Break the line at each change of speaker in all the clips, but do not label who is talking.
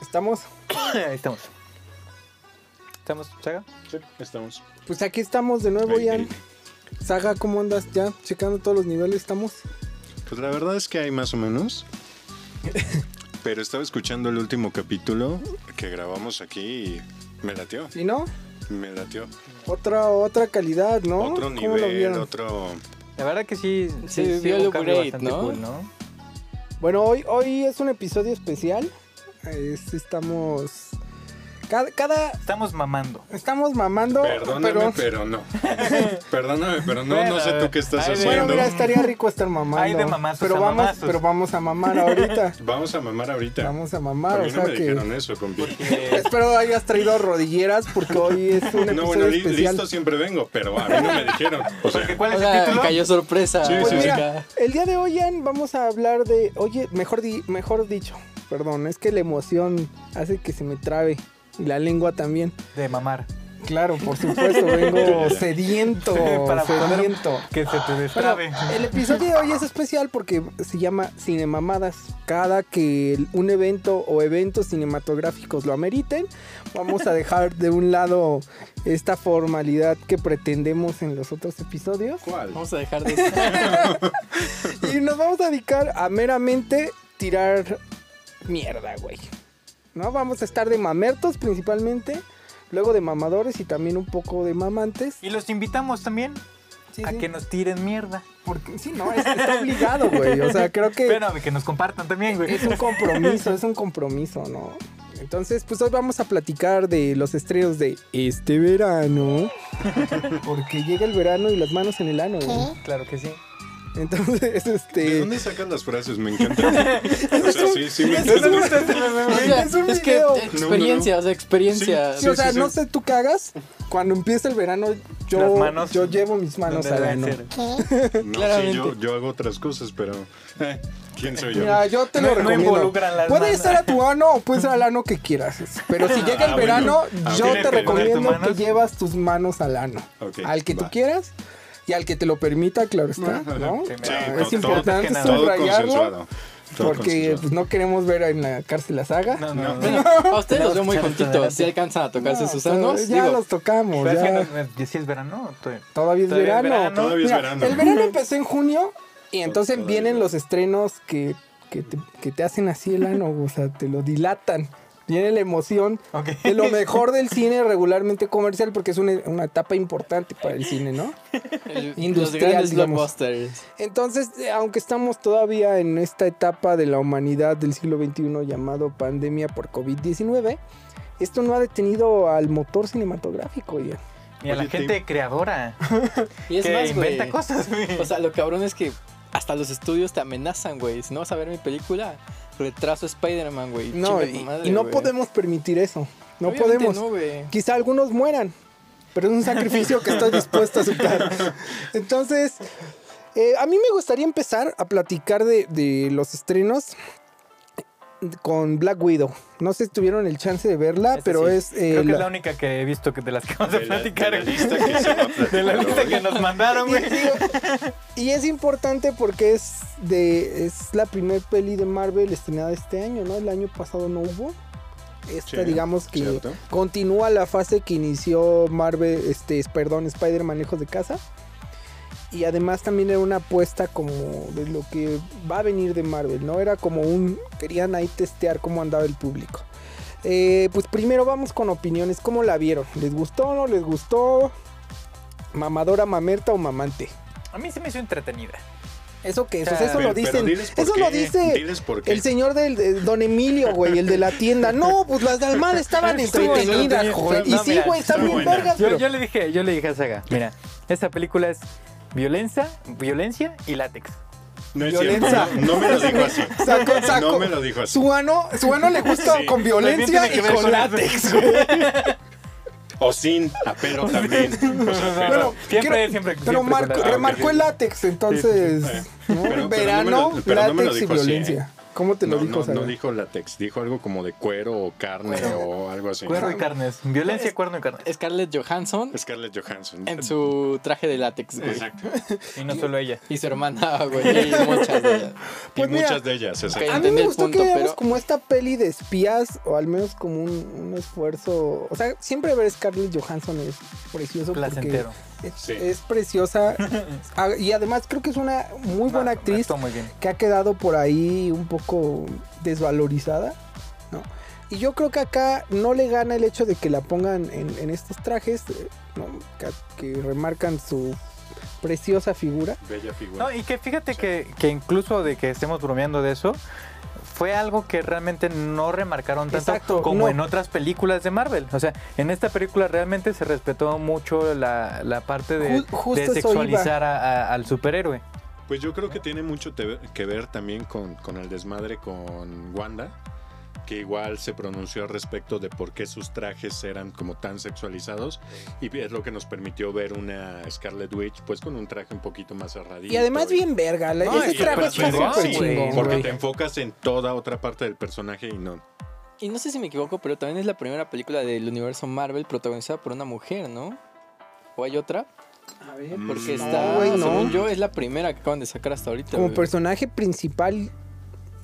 ¿Estamos?
Ahí estamos. ¿Estamos, Saga?
Sí, estamos.
Pues aquí estamos de nuevo,
Ahí,
Ian.
ahí.
Saga, ¿cómo andas ya? Checando todos los niveles, ¿estamos?
Pues la verdad es que hay más o menos. Pero estaba escuchando el último capítulo que grabamos aquí y me latió.
¿Y no?
Me latió.
Otra, otra calidad, ¿no?
Otro
¿Cómo lo
nivel,
vieron?
otro.
La verdad que sí,
Se
sí, sí
vivió
hubo
el
un cambio
upgrade,
bastante
¿no?
cool, ¿no?
Bueno, hoy, hoy es un episodio especial. Es- estamos... Cada, cada-
Estamos mamando.
Estamos mamando,
Perdóname,
pero...
pero, no. Perdóname, pero no, no sé tú qué estás
Ay,
haciendo.
Bueno, mira, estaría rico estar mamando.
Hay de mamazos
pero
a
vamos,
mamazos.
Pero vamos a mamar ahorita.
Vamos a mamar ahorita.
Vamos a
a
mamar,
mí
o
no
sea
me
que...
dijeron eso, compi.
Espero hayas traído rodilleras porque hoy es un episodio
No, bueno, li-
especial.
listo siempre vengo, pero a mí no me dijeron. O sea,
Porque ¿cuál
O
es
sea,
el título?
cayó sorpresa.
Sí,
Pues
sí,
mira, el día de hoy, Ian, vamos a hablar de. Oye, mejor, di- mejor dicho, perdón, es que la emoción hace que se me trabe. Y la lengua también.
De mamar.
Claro, por supuesto, vengo sediento.
Para poder-
sediento.
Que se te
Bueno,
destrabe.
el episodio de hoy es especial porque se llama Cinemamadas. Cada que el- un evento o eventos cinematográficos lo ameriten, vamos a dejar de un lado esta formalidad que pretendemos en los otros episodios
¿cuál?
Vamos a dejar de eso.
y nos vamos a dedicar a meramente tirar mierda, güey. ¿No? Vamos a estar de mamertos principalmente, luego de mamadores y también un poco de mamantes.
Y los invitamos también
Sí,
a
sí.
que nos tiren mierda.
Porque, sí, no, es- está obligado, güey. O sea, creo que
Pero que nos compartan también, güey.
es un compromiso, es un compromiso, ¿no? Entonces, pues hoy vamos a platicar de los estrenos de este verano. Porque llega el verano y las manos en el ano, güey.
Claro que sí.
Entonces,
¿De
este...
dónde sacan las frases? Me encanta. O sea, sí, sí, me
es un-
encanta.
este
O sea,
Es un
es que
video.
experiencia, o sea, experiencia.
Sí, o
Sí,
sea,
sí,
no
sí.
sé tú qué hagas. Cuando empieza el verano, yo,
Las manos
yo llevo mis manos
Donde
al
deben
ano.
ser.
No, sí,
Claramente.
yo, yo hago otras cosas, pero. eh, ¿Quién soy yo?
Mira, yo te
No-
lo
no
recomiendo.
involucran las
puede
manos.
ser a tu ano o puede ser al ano que quieras. Pero si llega el
Ah,
verano,
bueno. Ah,
yo
ok,
te
ok.
recomiendo
¿Poner tus
que
manos?
llevas tus manos al ano.
Ok,
al que tú
va.
quieras y al que te lo permita, claro está.
Ajá.
¿no?
Sí,
Ah,
todo-
es
todo-
importante
que nada.
Todo
subrayarlo
consensuado. Todo
porque
consensuado.
pues, no queremos ver en la cárcel la saga.
No,
No.
no, no.
Bueno, a ustedes los veo muy juntitos. Si alcanzan a tocarse
No,
sus
pero
anos,
ya
digo,
los tocamos.
Pero es
ya.
que no- no- si es verano, todavía-
Todavía es
Todavía es
verano.
verano.
Todavía es
Mira,
verano.
El verano empezó en junio y entonces
Todavía
vienen
no.
los estrenos que, que, te, que te hacen así el ano, o sea, te lo dilatan. Viene la emoción
Ok.
de lo mejor del cine regularmente comercial porque es una, una etapa importante para el cine, ¿no?
el- los
industrial,
grandes
digamos.
blockbusters.
Entonces, eh, aunque estamos todavía en esta etapa de la humanidad del siglo XXI llamado pandemia por COVID-19, esto no ha detenido al motor cinematográfico ya.
Ni a la
Oye, te-
gente creadora
Y es
que
más, güey.
inventa cosas, güey.
O sea, lo cabrón es que hasta los estudios te amenazan, güey. Si no vas a ver mi película, retraso Spider-Man, güey.
No,
Chinga tu
y,
madre,
y no
güey.
podemos permitir eso. No
Obviamente
podemos.
No, güey.
quizá algunos mueran, pero es un sacrificio que estoy dispuesto a aceptar. Entonces, eh, a mí me gustaría empezar a platicar de, de los estrenos con Black Widow. No sé si tuvieron el chance de verla,
Esa
pero
sí.
es... eh,
Creo que
la-
es la única que he visto que de las que vamos a
De la, de
platicar.
la
güey.
lista que se va a platicar
De la lista
hoy.
que nos mandaron, güey.
Y es importante porque es de es la primer peli de Marvel estrenada este año, ¿no? El año pasado no hubo. Esta,
Sí,
digamos que
cierto.
continúa la fase que inició Marvel, este, es- perdón, Spider-Man Lejos de Casa. Y además también era una apuesta como de lo que va a venir de Marvel, ¿no? Era como un. Querían ahí testear cómo andaba el público. Eh, pues primero vamos con opiniones. ¿Cómo la vieron? ¿Les gustó o no les gustó? ¿Mamadora, mamerta o mamante?
A mí se me hizo entretenida.
¿Eso qué es? O sea,
O sea,
eso lo
Pero- pero
dicen.
diles por
Eso
qué,
lo dice
Ah. Diles por qué.
el señor del de Don Emilio, güey, el de la tienda. No, pues las de Almada estaban
Estuvo
entretenidas,
entretenido.
joder. Y
No,
sí,
mira,
güey, están
estuvo
bien
buena.
vergas,
Yo,
pero.
yo le dije, yo le dije a Saga, mira, esta película es violencia, violencia y látex.
No es
Violencia.
cierto. No, no me lo dijo así.
Sacó, sacó.
No me lo dijo así.
Su ano, su ano le gusta
Sí.
con violencia
También tiene
y
que ver
con
con
látex.
eso.
güey.
O sin, a pero también. O sea, pero-
Bueno,
Siempre,
creo-
siempre,
Pero
siempre
marco-
con la-
remarcó el látex, entonces.
Sí, sí, sí.
¿no?
Pero- pero no me lo-
Verano,
pero no me lo
látex y
dijo así, ¿eh?
violencia. ¿Cómo te lo
no,
dijo,
no,
Sara?
no dijo látex, dijo algo como de cuero o carne o algo así.
Cuerno y carnes. Violencia, cuerno y carnes.
Scarlett Johansson
Scarlett Johansson.
en su traje de látex, güey.
Exacto.
Y no solo ella.
Y su hermana, güey. Y muchas de ellas.
Pues
y
mira,
muchas de ellas, exacto.
A mí
entendí
me
el
gustó
punto,
que veamos
pero-
como esta peli de espías, o al menos como un, un esfuerzo. O sea, siempre ver Scarlett Johansson es precioso. porque
placentero.
Es,
Sí.
es preciosa. Ah, y además creo que es una muy buena
No,
actriz
actuó muy bien.
que ha quedado por ahí un poco desvalorizada, ¿no? Y yo creo que acá no le gana el hecho de que la pongan en, en estos trajes, eh, ¿no? que, que remarcan su preciosa figura.
Bella figura.
No, y que fíjate que, que incluso de que estemos bromeando de eso, fue algo que realmente no remarcaron tanto
Exacto,
como
no.
en otras películas de Marvel. O sea, en esta película realmente se respetó mucho la, la parte de,
Ju- justo
de
eso
sexualizar a- a- al superhéroe.
Pues yo creo que tiene mucho te- que ver también con, con el desmadre con Wanda, que igual se pronunció al respecto de por qué sus trajes eran como tan sexualizados y es lo que nos permitió ver una Scarlet Witch pues con un traje un poquito más cerradito.
Y además bien verga, la-
No,
ese
y
traje
aparte
está
igual,
súper
sí,
chingón,
Porque
güey.
te enfocas en toda otra parte del personaje y no.
Y no sé si me equivoco, pero también es la primera película del universo Marvel protagonizada por una mujer, ¿no? ¿O hay otra?
A ver,
Porque
Mm, No,
está,
güey, no.
según yo, es la primera que acaban de sacar hasta ahorita.
Como
güey.
personaje principal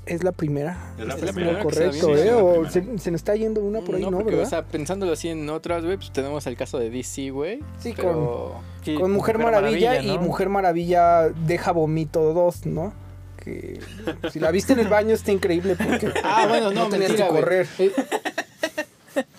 es la primera.
Es la
Estás en
primera
lo
que se
correcto,
viene,
¿eh?
es la
O
primera.
se, se nos está yendo una por ahí, ¿no?
porque,
¿Verdad?
O sea, pensándolo así en otras, güey, pues tenemos el caso de DC, güey.
Sí,
pero...
Sí,
con Mujer, Maravilla, y
¿no?
Mujer Maravilla deja vomito 2, ¿no? Que si la viste en el baño está increíble porque
Ah, bueno, no,
no tenías
mentira,
que
güey.
correr.
Eh,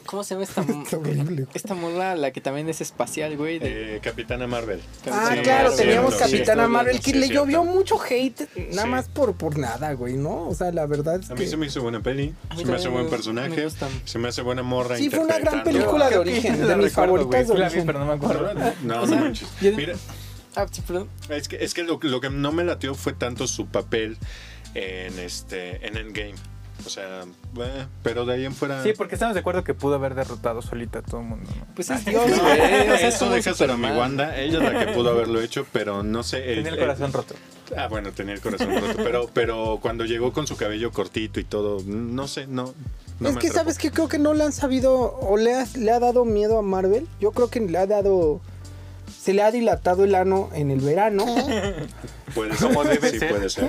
¿Cómo se llama esta, mo-
Está horrible. güey.
esta morra, la que también es espacial, güey? de-
Eh, Capitana Marvel.
Ah,
Capitana
claro,
Marvel,
teníamos
sí,
Capitana
estoy
Marvel
viendo,
que
sí,
le
es
llovió
cierto.
mucho hate, nada
Sí.
más por, por nada, güey, ¿no? O sea, la verdad es
A mí
que
se me hizo buena peli,
A mí
se me hace
también
buen
me- me
personaje,
gusta.
se me hace buena morra
Sí, fue una gran
interpretando.
película de
Creo que
origen,
la
de mis
recuerdo,
favoritas de
güey. Sí la vi,
origen.
pero no me acuerdo.
No,
O sea,
no manches.
yo-
Mira,
Ah, sí, perdón.
Es que, es que lo, lo que no me latió fue tanto su papel en este en Endgame. O sea, eh, pero de ahí en fuera.
Sí, porque estamos de acuerdo que pudo haber derrotado solita a todo el mundo. ¿no?
Pues es
No,
Dios, güey. o sea, es
Ah, eso
como
déjaselo a mi
Superman.
Wanda. Ella es la que pudo haberlo hecho, pero no sé. el-
Tenía el
el-
corazón roto.
ah, bueno, tenía el corazón roto. Pero, pero cuando llegó con su cabello cortito y todo, no sé, no. no
es
me
que
atrapó.
sabes que creo que no le han sabido o le, has- le ha dado miedo a Marvel. Yo creo que le ha dado se le ha dilatado el ano en el verano.
Puede
Como
ser,
debe
sí,
ser.
puede ser.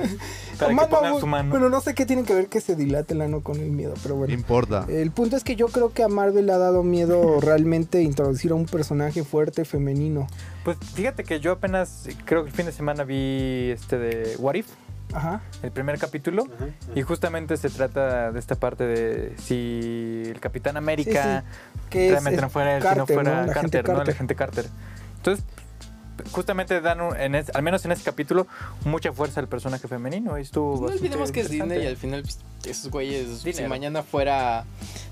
Para que
Mamá,
pongan
güey,
su mano.
Bueno, no sé qué tiene que ver que se dilate el ano con el miedo, pero
No
bueno.
importa.
El punto es que yo creo que a Marvel le ha dado miedo realmente introducir a un personaje fuerte femenino.
Pues fíjate que yo apenas, eh, creo que el fin de semana vi este de What If,
Ajá.
el primer capítulo. Y justamente se trata de esta parte de si el Capitán América
Que es,
realmente
es
no fuera él,
Carter,
si no fuera
¿no? La gente
Carter, ¿no? La
Carter.
gente Carter. Entonces, justamente dan, un- en es- al menos en este capítulo, mucha fuerza al personaje femenino. Y estuvo
Pues No
bastante
olvidemos que es
interesante.
Disney y al final pues, esos güeyes, si
Dinero.
mañana fuera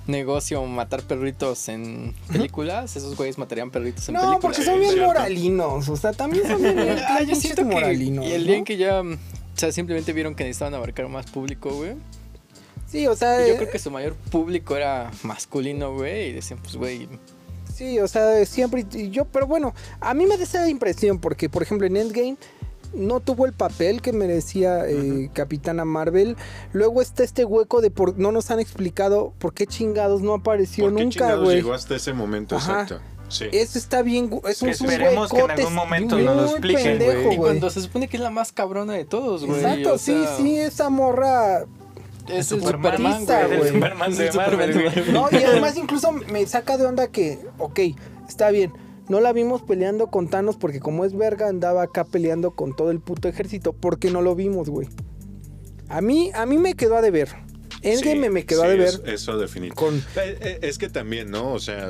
negocio matar perritos en películas, esos güeyes matarían perritos en
no,
películas.
porque
sí,
son
es
bien
cierto.
moralinos. O sea, también son bien, bien
Ah, yo
pinches
siento que
moralinos.
y el día
¿no?
en que ya, mm, o sea, simplemente vieron que necesitaban abarcar más público, güey.
Sí, o sea,
Y Yo creo que su mayor público era masculino, güey, y decían, pues, güey,
Sí, o sea, eh, siempre y yo, pero bueno, a mí me da esa impresión porque, por ejemplo, en Endgame no tuvo el papel que merecía eh, Capitana Marvel. Luego está este hueco de por no nos han explicado por qué chingados no apareció
¿Por qué
nunca,
chingados
güey.
llegó hasta ese momento
Ajá.
exacto? Sí.
Eso está bien, gu- es un,
Que
es un
esperemos que en
huecote
algún momento
muy
nos lo expliquen,
pendejo,
güey.
y
güey.
cuando se supone que es la más cabrona de todos, güey.
Exacto,
o sea,
sí, sí, esa morra.
Es el
Superman,
Superman,
güey.
güey.
El
Superman de Marvel, güey.
No, y además incluso me saca de onda que, ok, está bien. No la vimos peleando con Thanos porque como es verga andaba acá peleando con todo el puto ejército. ¿Por qué no lo vimos, güey? A mí, a mí me quedó a deber. Endgame
Sí,
me quedó a
sí,
deber
es- Eso, definitivo.
con...
Eh, eh, Es que también, ¿no? O sea,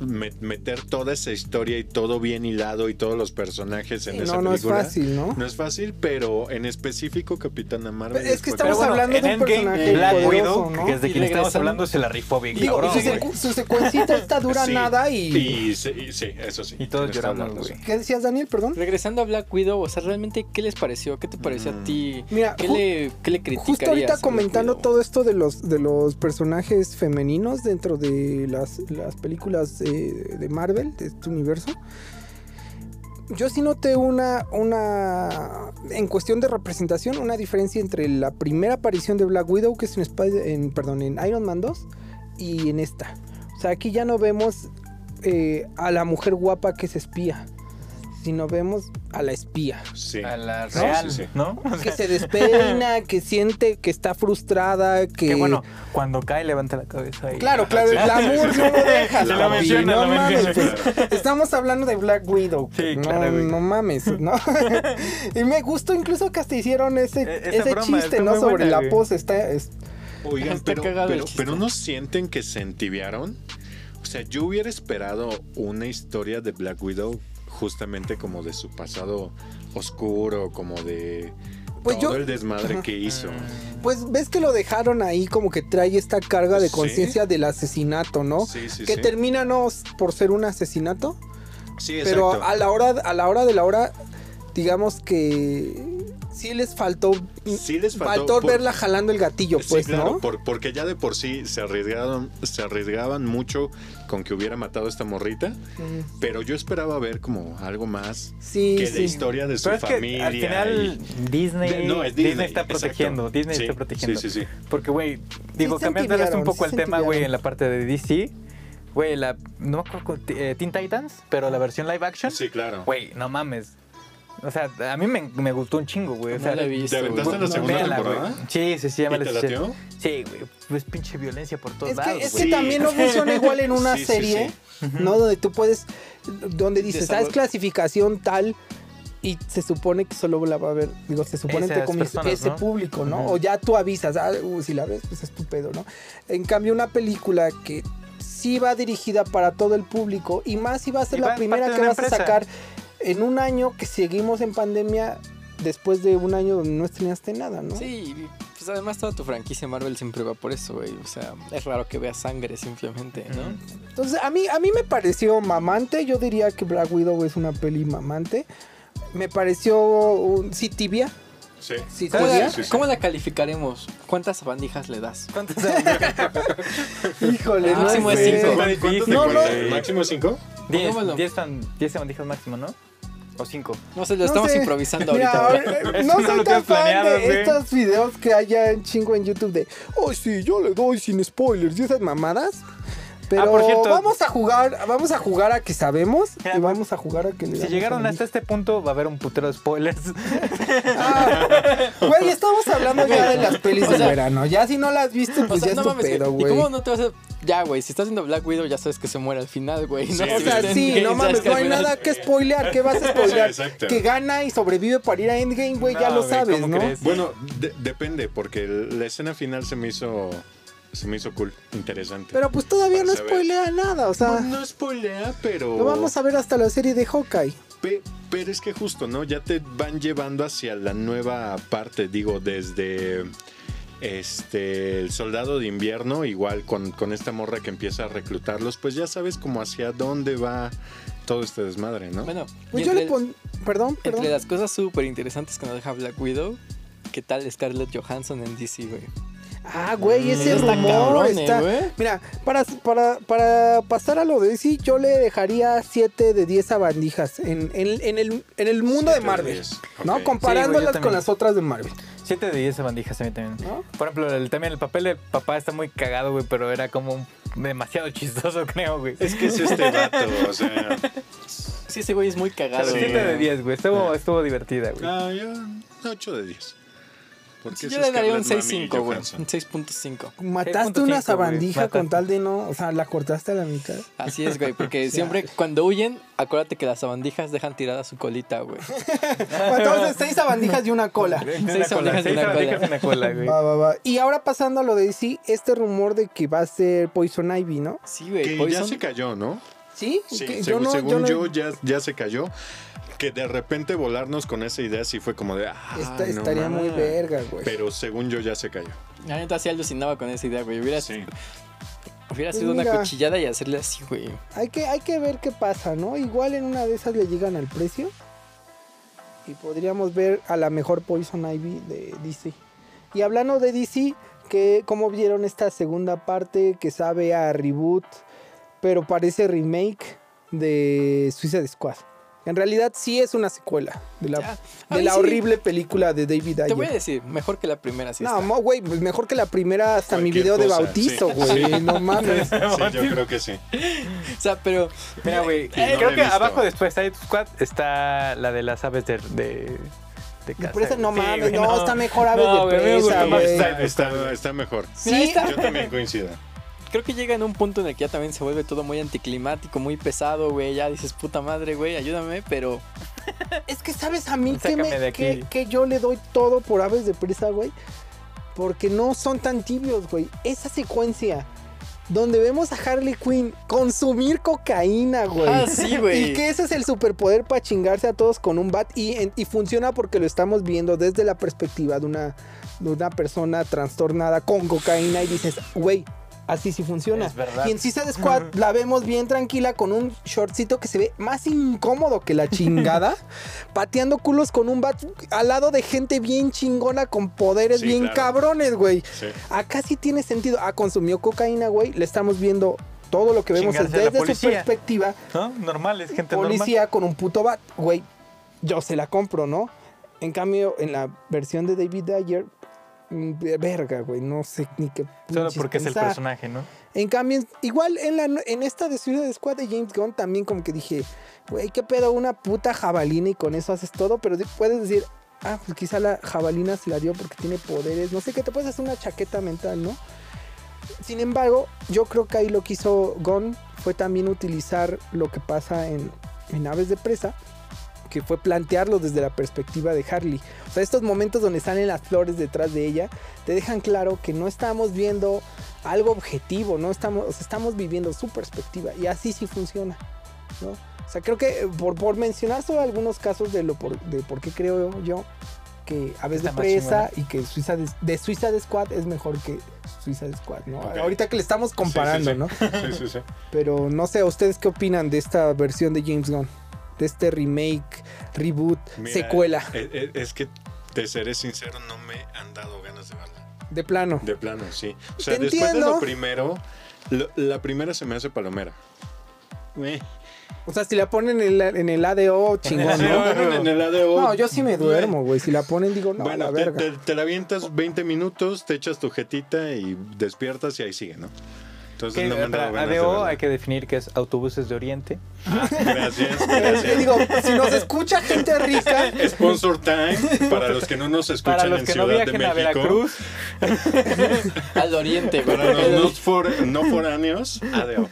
me- meter toda esa historia y todo bien hilado y todos los personajes en
Sí,
esa
no, no es
película,
fácil, ¿no?
No es fácil, pero en específico Capitana Marvel.
Pero es que
fue-
estamos
Pero
hablando de
en
un personaje
Endgame, Black
poderoso,
Widow,
¿no?
que es de
Y
quien estamos
regresando-
hablando, se la rifó bien
Digo,
cabrón,
su,
güey.
secu- su secuencita está dura
Sí,
nada y...
y sí, y sí, eso sí.
Y todos
tienes toda la
lloramos,
razón.
güey.
¿Qué decías, Daniel? Perdón.
Regresando a Black Widow, o sea, realmente, ¿qué les pareció? ¿Qué te pareció a ti?
Mira,
¿Qué,
ju-
le, ¿Qué le criticarías?
Justo ahorita
a Black
comentando
Widow?
todo esto de los, de los personajes femeninos dentro de las, las películas eh, de Marvel, de este universo. Yo sí noté una, una, en cuestión de representación, una diferencia entre la primera aparición de Black Widow, que es en, Spider- en, perdón, en Iron Man 2, y en esta. O sea, aquí ya no vemos eh, a la mujer guapa que se espía, si no vemos a la espía.
Sí.
A la
Sí,
real,
sí, sí.
¿no? O
Que
sea,
se despeina, que siente que está frustrada, que...
que bueno, cuando cae levanta la cabeza. Y...
Claro, claro, el glamour no lo deja.
Lo
papi,
menciona,
no
lo
mames.
menciona.
pues, estamos hablando de Black Widow.
Sí,
no,
claro, güey.
no mames, ¿no? y me gustó incluso que hasta hicieron ese,
E- esa
ese
broma,
chiste,
está
¿no?
muy
Sobre
buena,
la
güey.
pose. Está, es-
Oigan,
Está
pero,
cagado el
pero,
chiste.
pero no sienten que se entibiaron. O sea, yo hubiera esperado una historia de Black Widow justamente como de su pasado oscuro, como de
Pues
todo
yo-
el desmadre que hizo.
Pues ves que lo dejaron ahí como que trae esta carga de
Sí.
conciencia del asesinato, ¿no?
Sí, sí,
que
sí.
termina no por ser un asesinato,
Sí,
pero
exacto.
a la hora a la hora de la hora digamos que sí les faltó
Sí les faltó,
faltó
por-
verla jalando el gatillo,
Sí,
pues,
claro,
¿no?
por- porque ya de por sí se arriesgaron, se arriesgaban mucho con que hubiera matado a esta morrita,
Mm.
pero yo esperaba ver como algo más
Sí,
que la
sí.
historia de su
Pero es que
familia.
al final
y-
Disney,
De-
Disney,
es Disney,
está
exacto.
protegiendo. Disney
Sí,
está protegiendo.
Sí, sí, sí.
Porque, güey, digo,
se
cambiándoles
entibiaron,
un
sí
poco el
se
tema, güey,
entibiaron.
en la parte de DC. Güey, la. No me acuerdo. eh, Teen Titans, pero la versión live action.
Sí, claro.
Güey, no mames. O sea, a mí me, me gustó un chingo, güey. O
No
sea,
la he
¿Te
visto.
aventaste
güey.
la segunda
véanla,
temporada?
güey. Sí, sí, sí, ya me
¿Y
la
te
escuché.
latió?
Sí, güey. Pues pinche violencia por todos
Es que,
lados,
es
güey.
que
Sí.
también no funciona igual en una
Sí, sí,
serie, ¿no? Donde tú puedes, donde dices, ah, es
Desarroll-
clasificación tal y se supone que solo la va a ver, digo, se supone entre
Esas
comillas,
personas,
ese
¿no?
público, ¿no?
Ujú.
O ya tú avisas, ah, uh, si la ves, pues estupendo, ¿no? En cambio, una película que sí va dirigida para todo el público y más si va a ser
Y
la
va en
primera
parte de
que
una
vas a
empresa.
sacar en un año que seguimos en pandemia después de un año donde no estrenaste nada, ¿no?
Sí, y, pues además toda tu franquicia Marvel siempre va por eso, güey. O sea, es raro que veas sangre simplemente, ¿no?
Mm.
Ujú.
Entonces, a mí, a mí me pareció mamante. Yo diría que Black Widow es una peli mamante. Me pareció un, sí tibia.
Sí.
Sí,
¿Cómo, la,
tibia.
sí, sí.
cómo la calificaremos? ¿Cuántas bandijas le das?
¿Cuántos años?
Híjole, no
Máximo es
sé.
cinco.
¿Cuánto te
difícil,
cuesta?
güey.
¿Máximo cinco?
Diez,
Pongámoslo.
diez, fan- diez bandijas máximo, ¿no? O cinco.
No sé, lo
No
estamos
sé.
improvisando
Mira,
ahorita. güey.
ahora, eh,
Eso
no
no
soy tan
lo tienes
fan
planeado,
de
¿eh?
güey.
estos videos que haya en chingo en YouTube de, oh sí, yo le doy sin spoilers y esas mamadas.
Ah,
Pero
por cierto.
vamos a jugar, vamos a jugar a que sabemos
Mira,
y vamos a jugar a que le
Si
damos a
llegaron
la
hasta este punto, va a haber un putero de spoilers.
Ah, Güey, estamos hablando ya de las pelis
este O
del
sea,
verano. Ya si no las viste,
O
pues
sea,
ya
no
es tu
mames,
pedo,
güey. ¿Y
güey.
cómo no te vas a.? Ya, güey, si estás viendo Black Widow, ya sabes que se muere al final, güey. ¿no?
Sí,
O sea,
Evidente.
sí, no
Sabes
mames,
que
no
al
hay
final-
nada que spoilear. ¿Qué vas a spoilear?
Sí, exacto.
que gana y sobrevive para ir a Endgame, güey, ya
No,
lo
güey,
sabes,
¿cómo
¿no?
crees?
Bueno, de- depende, porque la escena final se me hizo. Se me hizo cool, interesante.
Pero pues todavía no
Vas a ver.
spoilea nada, o sea,
no, Pues no spoilea, pero.
lo vamos a ver hasta la serie de Hawkeye.
Pe- pero es que justo, ¿no? Ya te van llevando hacia la nueva parte, digo, desde este el soldado de invierno, igual con, con esta morra que empieza a reclutarlos, pues ya sabes como hacia dónde va todo este desmadre, ¿no?
Bueno,
Pues
y
yo
entre-
le pon... Perdón, perdón.
Entre las cosas súper interesantes que nos deja Black Widow, ¿qué tal Scarlett Johansson en DC, güey?
Ah, güey, ese
Está
rumor
cabrón, eh,
está...
güey.
Mira, para, para, para pasar a lo de DC, yo le dejaría 7 de 10 a bandijas en, en- en el, en el mundo de
Siete
Marvel.
diez.
¿No?
Ok.
Sí, güey,
Comparándolas
yo
con
también.
las otras de Marvel.
Siete de diez bandijas a mí también.
¿No?
Por ejemplo, el, también el papel del papá está muy cagado, güey, pero era como un- demasiado chistoso, creo, güey.
Es que es este vato, o sea.
Sí, ese güey es muy cagado.
Sí.
güey.
Siete de diez, güey. Estuvo, estuvo divertida, güey.
Ah, yo 8 de 10.
Pues
Porque
Sí,
es
yo le daría un
Scarlett Mami
6.5, güey.
Johansson.
Un 6.5.
Mataste
6.5,
una
güey,
sabandija
mataste.
con tal de no. O sea, la cortaste a la mitad.
Así es, güey, porque
sea.
siempre cuando huyen, acuérdate que las sabandijas dejan tirada su colita, güey.
Entonces, seis sabandijas y una cola.
Una
Seis
cola,
bandijas y
seis
una
bandijas
cola.
y una cola, güey.
Ah.
Va, va, va. Y ahora pasando a lo de DC, este rumor de que va a ser Poison Ivy, ¿no?
Sí, güey.
Que ya
Poison-
se cayó, ¿no?
Sí,
Sí,
que
seg-
yo
según
no-
yo,
yo no-
ya, ya se cayó. Que de repente volarnos con esa idea sí fue como de. Ah,
Esta-
no
estaría
mames.
muy verga, güey.
Pero según yo ya se cayó.
La neta sí alucinaba con esa idea, güey. Hubiera,
Sí.
hubiera
Pues
sido
mira.
una cuchillada y hacerle así, güey.
Hay que, hay que ver qué pasa, ¿no? Igual en una de esas le llegan al precio. Y podríamos ver a la mejor Poison Ivy de DC. Y hablando de DC, que ¿cómo vieron esta segunda parte que sabe a reboot, pero parece remake de Suicide Squad? En realidad sí es una secuela de la,
Ya. A
de
mí
la
sí.
horrible película de David
Te voy a
Ayer.
decir, mejor que la primera, sí.
No,
está.
mo- güey, pues mejor que la primera hasta mi
Cualquier
video de
cosa,
bautizo,
sí.
güey.
Sí.
No mames.
Sí, yo creo que sí.
O sea, pero
Mira, güey.
no la
creo
he
que
visto.
abajo después de Side Squad está la de las aves de. de, de casa,
Por eso no
güey. Sí,
mames,
güey,
no, está mejor Aves
No,
de
güey, me
Presa,
gusta más
güey.
Side-
Está, está- está mejor.
Mira,
Sí,
esta-
Yo también coincido.
creo que llega en un punto en el que ya también se vuelve todo muy anticlimático, muy pesado, güey. Ya dices, puta madre, güey, ayúdame, pero
es que sabes a mí que,
Sácame
me-
de
que-
aquí.
que yo le doy todo por Aves de Presa, güey. Porque no son tan tibios, güey. Esa secuencia donde vemos a Harley Quinn consumir cocaína, güey.
Ah, sí, güey.
Y que ese es el superpoder para chingarse a todos con un bat. Y, en- y funciona porque lo estamos viendo desde la perspectiva de una, de una persona trastornada con cocaína. Y dices, güey, así sí funciona.
Es verdad.
Y en Suicide Squad la vemos bien tranquila con un shortcito que se ve más incómodo que la chingada. pateando culos con un bat al lado de gente bien chingona con poderes
Sí,
bien
claro.
cabrones, güey.
Sí.
Acá sí tiene sentido. Ah, consumió cocaína, güey. Le estamos viendo todo lo que vemos es
Chingarse a la
desde su
policía.
perspectiva
¿No? Normal, es gente
policía con un puto bat, güey, yo se la compro, ¿no? En cambio, en la versión de David Ayer, mm, de verga, güey, no sé ni qué.
normal. Solo
pinches
porque es el
pensar.
personaje, ¿no?
En cambio, igual en, la, en esta de Suicide Squad de James Gunn también como que dije, güey, qué pedo, una puta jabalina y con eso haces todo, pero de- puedes decir, ah, pues quizá la jabalina se la dio porque tiene poderes, no sé, qué te puedes hacer una chaqueta mental, ¿no? Sin embargo, yo creo que ahí lo que hizo Gunn fue también utilizar lo que pasa en, en Aves de Presa, que fue plantearlo desde la perspectiva de Harley. O sea, estos momentos donde salen las flores detrás de ella, te dejan claro que no estamos viendo algo objetivo, no estamos, o sea, estamos viviendo su perspectiva y así sí funciona, ¿no? O sea, creo que eh, por, por mencionar solo algunos casos de lo por, de por qué creo yo que Aves de
Está más
Presa y que Suiza de, de Suiza de Squad es mejor que Suiza de Squad, ¿no?
Ok.
Ahorita que le estamos comparando,
Sí, sí,
¿no?
Sí, sí, sí.
Pero no sé, ¿a ustedes qué opinan de esta versión de James Gunn? De este remake, reboot,
Mira,
secuela,
eh, eh, Es, que te seré sincero, no me han dado ganas de verla.
de plano.
De plano, sí. O sea,
Te
después de
entiendo.
lo primero, lo- la primera se me hace palomera. Eh,
O sea, si la ponen en, la- en el ADO, chingón,
si
ADO.
Ah, ¿no?
la ponen en el ADO,
No, yo sí me duermo, güey. Si la ponen, digo, no, a
bueno,
la
te,
verga.
te- te la avientas 20 minutos, te echas tu jetita y despiertas y ahí sigue, ¿no? Entonces
Que,
no me han
para
dado ganas de
ADO
verla.
hay que definir que es autobuses de Oriente.
Gracias,
Pero yo
gracias.
digo, si nos escucha gente rica,
Sponsor time para los que no nos escuchan
Para los
en
que no
Ciudad de
viajen a
México.
Veracruz,
al oriente, güey.
Para los
El-
no, for- no foráneos, ADO.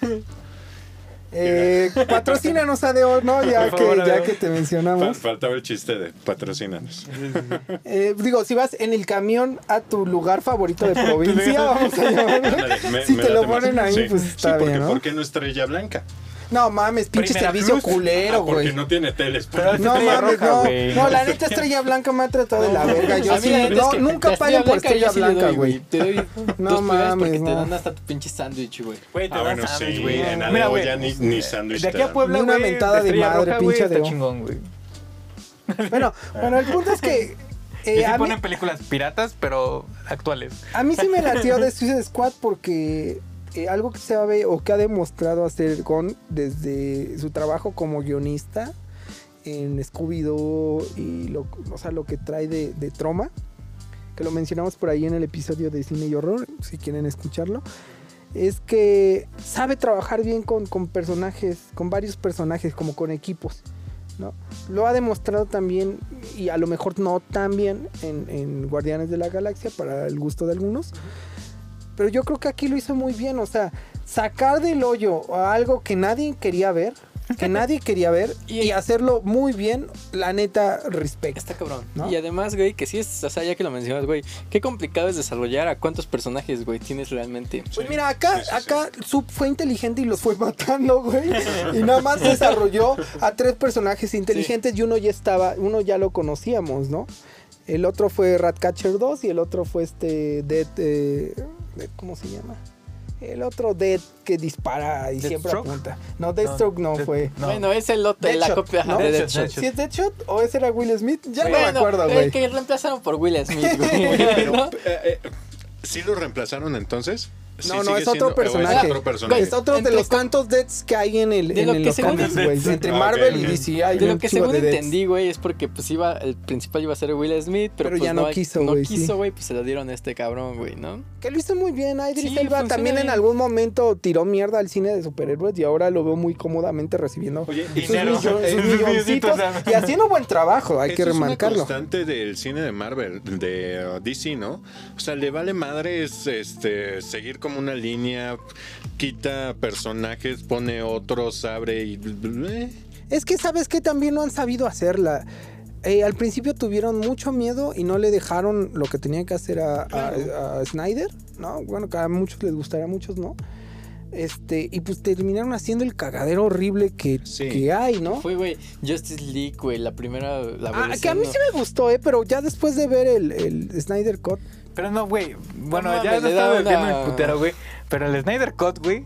eh, patrocínanos ADO, ¿no? Ya,
Por
que,
favor,
ya
ADO.
que te
Fa-
mencionamos.
faltaba el chiste de patrocínanos.
Eh, digo, si vas en el camión a tu lugar favorito de provincia, vamos a llamarle.
Ándale, me-
Si
me
te lo
late más.
ponen ahí,
Sí.
pues
Sí,
está
porque,
bien, ¿no?
¿Por qué no estrella blanca?
No mames, pinche
Primera
servicio
Plus.
culero,
Ah, porque
güey.
no tiene teles. pues.
Pero
Ah,
es
No
Estrella
mames,
Roja,
no.
güey.
No, la neta Estrella Blanca me ha tratado de la verga. Yo
A mí
sí,
la neta
no,
es que
nunca
la
pagan por
yo
Estrella
sí le doy,
Blanca, güey.
Te doy
No
dos pulgadas porque
mames,
te
no.
dan hasta tu pinche sándwich, güey.
Güey, te
Ah,
dan
bueno,
sándwich,
sí,
güey.
en
Mira,
ADO
güey,
ya ni, ni sándwich
De
te
aquí a
dan.
Puebla,
Ni una
güey,
mentada de
Estrella
madre,
Roja, güey,
pinche
está
ADO.
chingón, güey.
Bueno, bueno, el punto es que. eh,
y sí
a mí-
ponen películas piratas, pero actuales.
A mí sí me latió de Suicide Squad porque eh, algo que sabe o que ha demostrado hacer Gon desde su trabajo como guionista en Scooby-Doo y lo, o sea, lo que trae de, de Troma, que lo mencionamos por ahí en el episodio de Cine y Horror, si quieren escucharlo, es que sabe trabajar bien con, con personajes, con varios personajes, como con equipos. ¿no? Lo ha demostrado también, y a lo mejor no tan bien, en, en Guardianes de la Galaxia, para el gusto de algunos. Pero yo creo que aquí lo hizo muy bien. O sea, sacar del hoyo a algo que nadie quería ver, que nadie quería ver, y,
Y-
hacerlo muy bien, la neta, respecta.
Está cabrón.
¿No?
Y además, güey, que sí es, o sea, ya que lo mencionas, güey, qué complicado es desarrollar a cuántos personajes, güey, tienes realmente.
Pues mira, acá,
sí, sí,
acá Sub fue inteligente y los fue matando, güey. Y nada más desarrolló a tres personajes inteligentes y uno ya estaba, uno ya lo conocíamos, ¿no? El otro fue Ratcatcher 2 y el otro fue este Dead, eh, Dead- ¿cómo se llama? El otro Dead que dispara y siempre
¿Deathstroke?
apunta. No, Deathstroke no,
Death-
fue.
no.
Bueno, es el otro, la
Deadshot,
copia ajá,
¿no?
de
Deadshot,
Deadshot.
Deadshot.
¿Si es Deadshot o ese era Will Smith? Ya no me
Bueno, eh,
acuerdo,
el
güey.
que reemplazaron por Will Smith, güey. ¿no?
Eh, eh, ¿Sí lo reemplazaron entonces? Sí,
No, no,
sigue
es otro
siendo- o
personaje.
Es otro personaje.
Es otro de
Entre
los
co-
tantos deaths que hay en, el,
De
en
lo
el-
que
los
según
cómics,
entendí-
güey. Entre
Ah, ok,
Marvel
ok.
y DC hay
De
un
lo que
chingo
según
de deaths.
entendí, güey, es porque pues iba, el principal iba a ser Will Smith, pero,
Pero
pues
ya no quiso,
No
güey, sí.
quiso, güey, pues se lo dieron a este cabrón, güey, ¿no?
Que lo hizo muy bien. ah, Idris
Sí,
Elba
funciona
también en
bien.
algún momento tiró mierda al cine de superhéroes y ahora lo veo muy cómodamente recibiendo
Oye,
sus,
dinero.
millo- sus
Sus
milloncitos
milloncitos, dame.
y haciendo buen trabajo, hay
Esto
que
es una
remarcarlo.
constante del cine de Marvel, de uh, DC, ¿no? O sea, le vale madre es, este, seguir como una línea, quita personajes, pone otros, abre y... eh.
Es que sabes que también no han sabido hacerla. Eh, al principio tuvieron mucho miedo y no le dejaron lo que tenía que hacer a, a- a Snyder, ¿no? Bueno, que a muchos les gustará, a muchos no. Este, y pues terminaron haciendo el cagadero horrible que,
Sí.
que hay, ¿no?
Fue, güey, Justice League, güey, la primera, la
Ah, que a
versión,
mí
¿no?
sí me gustó, ¿eh? Pero ya después de ver el, el Snyder
Ah,
Cut, ah,
Pero no, güey. Bueno,
No
ya
mames,
no
le da
estaba
una-
bebiendo el putero, güey. Pero el Snyder Cut, güey.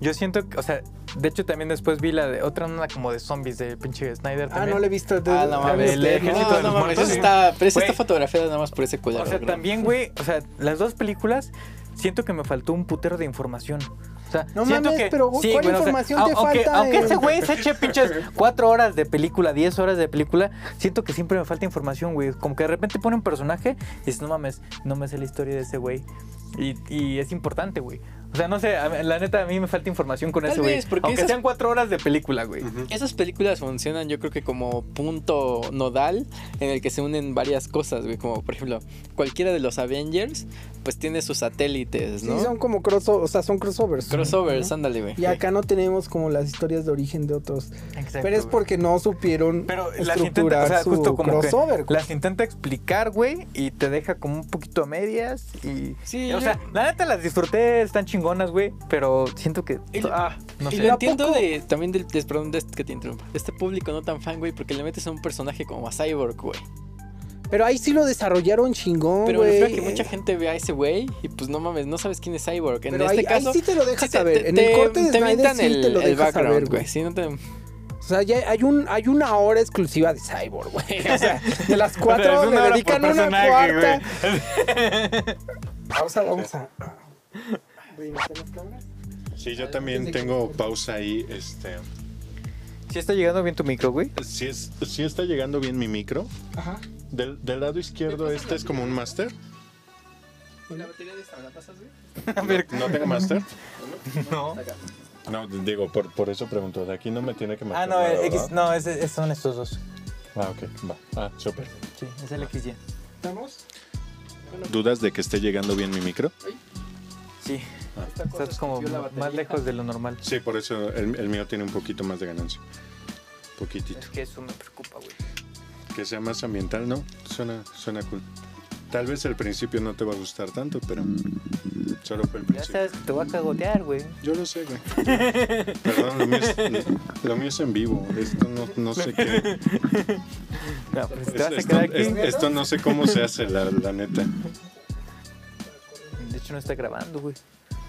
Yo siento que, o sea, de hecho también después vi la de otra onda como de zombies de pinche Snyder
Ah,
también.
no le he visto.
Ah, no
la
mames,
el
viste,
no,
ejército
¿no?
de
no
los
mames,
muertos,
eso
sí.
está, pero esa
Güey.
está fotografiada nada más por ese color.
O sea, también, güey, o sea, las dos películas siento que me faltó un putero de información. O sea,
No
siento
mames,
que,
pero ¿cuál
o sea,
información
au-
te
aunque,
falta
Aunque
en-
ese güey se eche pinches cuatro horas de película, 10 horas de película, siento que siempre me falta información, güey. Como que de repente pone un personaje y dices, no mames, no me sé la historia de ese güey. Y, y es importante, güey. O sea, no sé, a mí- la neta a mí me falta información con
Tal
ese güey.
vez, porque
Aunque
esas-
sean cuatro horas de película, güey.
Esas películas funcionan, yo creo que como punto nodal en el que se unen varias cosas, güey. Como por ejemplo, cualquiera de los Avengers, pues tiene sus satélites,
Sí,
¿no?
son como crossover, o sea, son crossovers.
Crossovers, ándale, güey.
Y acá no tenemos como las historias de origen de otros.
Exacto,
Pero es
güey.
porque no supieron
Pero las intenta,
estructurar
o sea,
su
justo como que
crossover.
las intenta explicar, güey, y te deja como un poquito a medias y
Sí,
o
yo-
sea, la neta las disfruté, están chingonas, güey, pero siento que
Y-
ah, no
y
sé.
lo
¿A
entiendo
poco?
de, también del, des- perdón, de este que te interrumpa, de este público no tan fan, güey, porque le metes a un personaje como a Cyborg, güey.
Pero ahí sí lo desarrollaron chingón,
Pero me refiero a
güey.
que mucha gente ve a ese güey y pues no mames, no sabes quién es Cyborg. En
Pero
este
ahí, ahí
caso,
sí te lo dejas
sí te-
saber.
te-
en
te-
el corte de
te
Snyder
mientan
sí te lo
el
dejas
background,
saber,
güey.
güey.
Sí, no te...
O sea, ya hay, un, hay una hora exclusiva de Cyborg, güey. O sea, de las cuatro le dedican una cuarta. Pausa, vamos a...
Sí, yo también tengo pausa ahí. Este,
Sí está llegando bien tu micro, güey.
si, es, si está llegando bien mi micro.
Ajá.
Del, del lado izquierdo este es como un master.
¿La batería de esta la pasas, güey?
A ver,
No tengo master.
no.
No, digo, por, por eso pregunto. De aquí no me tiene que
Ah,
marcar
no,
nada,
el X,
¿verdad?
no, es, es- son estos dos.
Ah, ok. Va. Ah, súper.
Sí, es el XY.
¿Estamos?
¿Dudas de que esté llegando bien mi micro?
Sí.
Ah.
Estás como
subió la
más
batería.
lejos de lo normal.
Sí, por eso el, el mío tiene un poquito más de ganancia. Poquitito.
Es que eso me preocupa, güey.
Que sea más ambiental, ¿no? Suena, suena cool. Tal vez al principio no te va a gustar tanto, pero solo fue el
Ya
principio.
sabes que te voy a cagotear, güey.
Yo lo sé, güey. Perdón, lo mío es, lo mío es en vivo. Esto no, no sé qué.
No, pues si te vas a
Esto,
quedar aquí.
es- esto no sé cómo se hace, la, la neta.
De hecho no está grabando, güey.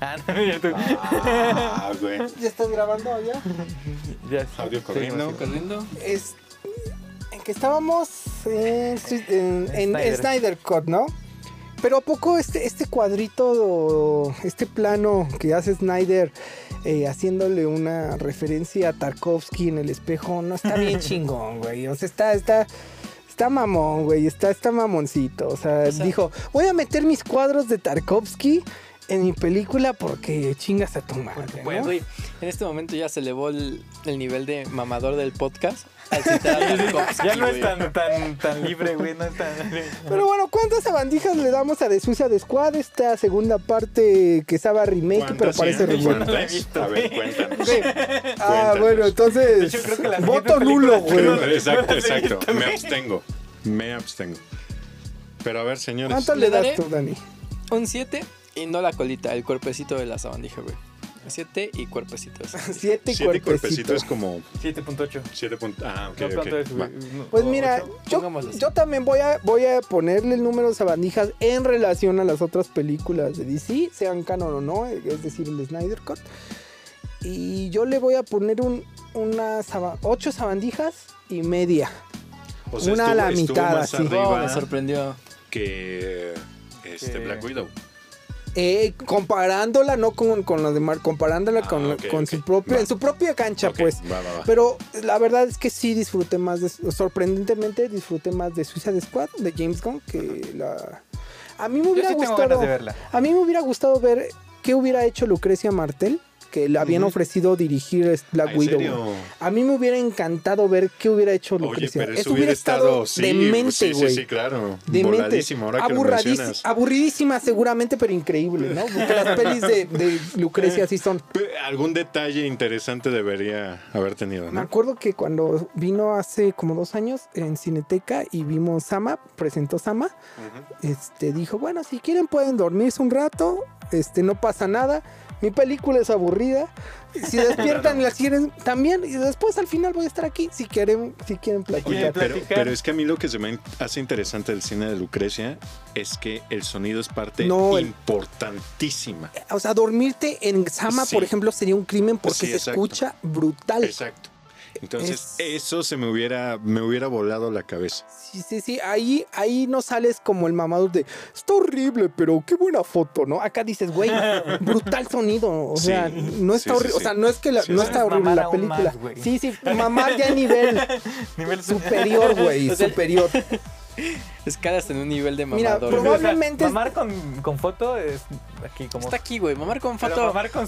Ah, no, ya tú.
Ah, güey.
¿Ya estás grabando ya?
Ya sí.
Audio
Sí,
corriendo.
Corriendo.
Es... En que estábamos en, Street- en- en- en Snyder.
Snyder.
Cut, ¿no? Pero ¿a poco este, este cuadrito, este plano que hace Snyder eh, haciéndole una referencia a Tarkovsky en el espejo, no está bien chingón, güey? O sea, está, está, está mamón, güey, está, está mamoncito. O sea,
O sea-
dijo, voy a meter mis cuadros de Tarkovsky en mi película porque chingas a tu madre.
Bueno,
¿no?
güey, en este momento ya se elevó el, el nivel de mamador del podcast al citar a Tarkovsky,
Ya no
güey.
es tan, tan, tan libre, güey. No es tan.
Pero bueno, ¿cuántas abandijas le damos a The Suicide Squad? Esta segunda parte que estaba remake, pero
¿Cuántas,
parece
Ian?
reboot.
No la he visto,
A ver,
güey.
cuéntanos.
Ah, bueno, entonces.
Yo creo que las
Voto
siete
nulo,
películas que no-
güey.
Exacto,
no las he
exacto.
visto,
Me
güey.
abstengo. Me abstengo. Pero a ver, señores.
¿Cuánto le
Le
das
daré-
tú, Dani?
Un 7 y no la colita, el cuerpecito de la sabandija, güey. 7 y cuerpecitos.
Siete,
Siete cuerpecitos
cuerpecitos.
es como
7.8.
7 puntos. Ah, ok,
No,
ok.
¿cuánto es,
Va.
güey? No,
Pues
o
mira,
ocho.
yo,
Pongámoslo así.
yo también voy a, voy a ponerle el número de sabandijas en relación a las otras películas de DC, sean canon o no, es decir, el Snyder Cut. Y yo le voy a poner un, una saba- ocho sabandijas y media.
O sea,
Una a
estuvo,
la
estuvo
mitad,
más
así.
Oh,
arriba
me sorprendió.
que este
Que-
Black Widow.
Eh, comparándola, no con, con la de Marvel, comparándola
Ah,
con, la-
ok,
con
ok.
su propia,
Va.
en su propia cancha,
Ok,
pues.
va, va, va.
Pero la verdad es que sí disfruté más, de, sorprendentemente disfruté más de Suicide Squad, de James Gunn, que la... A mí me
Yo
hubiera
sí tengo
gustado...
ganas de verla.
A mí me hubiera gustado ver qué hubiera hecho Lucrecia Martel, que le habían
Ujú.
ofrecido dirigir es- Black
Ah, ¿en
Widow.
serio?
A mí me hubiera encantado ver qué hubiera hecho
Oye,
Lucrecia.
pero eso hubiera estado, sí,
demente,
sí, sí,
güey.
sí, claro.
Demente,
Voladísimo, ahora que lo
Aburradís-
mencionas.
aburridísima seguramente, pero increíble, ¿no? Porque las pelis de, de Lucrecia sí son
Pe- Algún detalle interesante debería haber tenido,
Me
¿no?
acuerdo que cuando vino hace como dos años en Cineteca y vimos Sama, presentó Sama,
Ujú.
este dijo, bueno, si quieren pueden dormirse un rato, este no pasa nada, mi película es aburrida, si despiertan y las quieren también, y después al final voy a estar aquí si quieren, si quieren
Oye,
platicar.
pero,
platicar.
pero es que a mí lo que se me hace interesante del cine de Lucrecia es que el sonido es parte
No, el-
importantísima.
O sea, dormirte en Sama,
Sí.
por ejemplo, sería un crimen porque
Sí,
se
exacto.
escucha brutal.
Exacto. Entonces,
Es-
eso se me hubiera, me hubiera volado la cabeza.
Sí, sí, sí, ahí, ahí no sales como el mamado de, está horrible, pero qué buena foto, ¿no? Acá dices, güey, brutal sonido, o
Sí,
sea, no está
sí,
horrible,
sí,
o sea,
sí.
no es que la-
Sí,
no
sí.
está horrible
Mamar
la
aún
película.
más, güey.
sí, sí, mamar ya a nivel
Nivel
superior, güey,
O sea,
superior.
Escalas en un nivel de
Mira,
mamador.
proba-
güey.
Probablemente-
Mamar con, con foto es aquí como.
Está aquí, güey. Mamar con
Pero
foto.
mamar con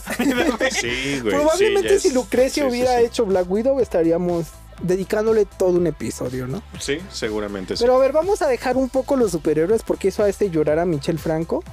sonido, güey.
Sí, güey.
Probablemente si Lucrecia
Lucrecia
hubiera hecho Black Widow estaríamos dedicándole todo un episodio, ¿no?
Sí, seguramente sí.
Pero a ver, vamos a dejar un poco los superhéroes porque eso hace llorar a Michel Franco.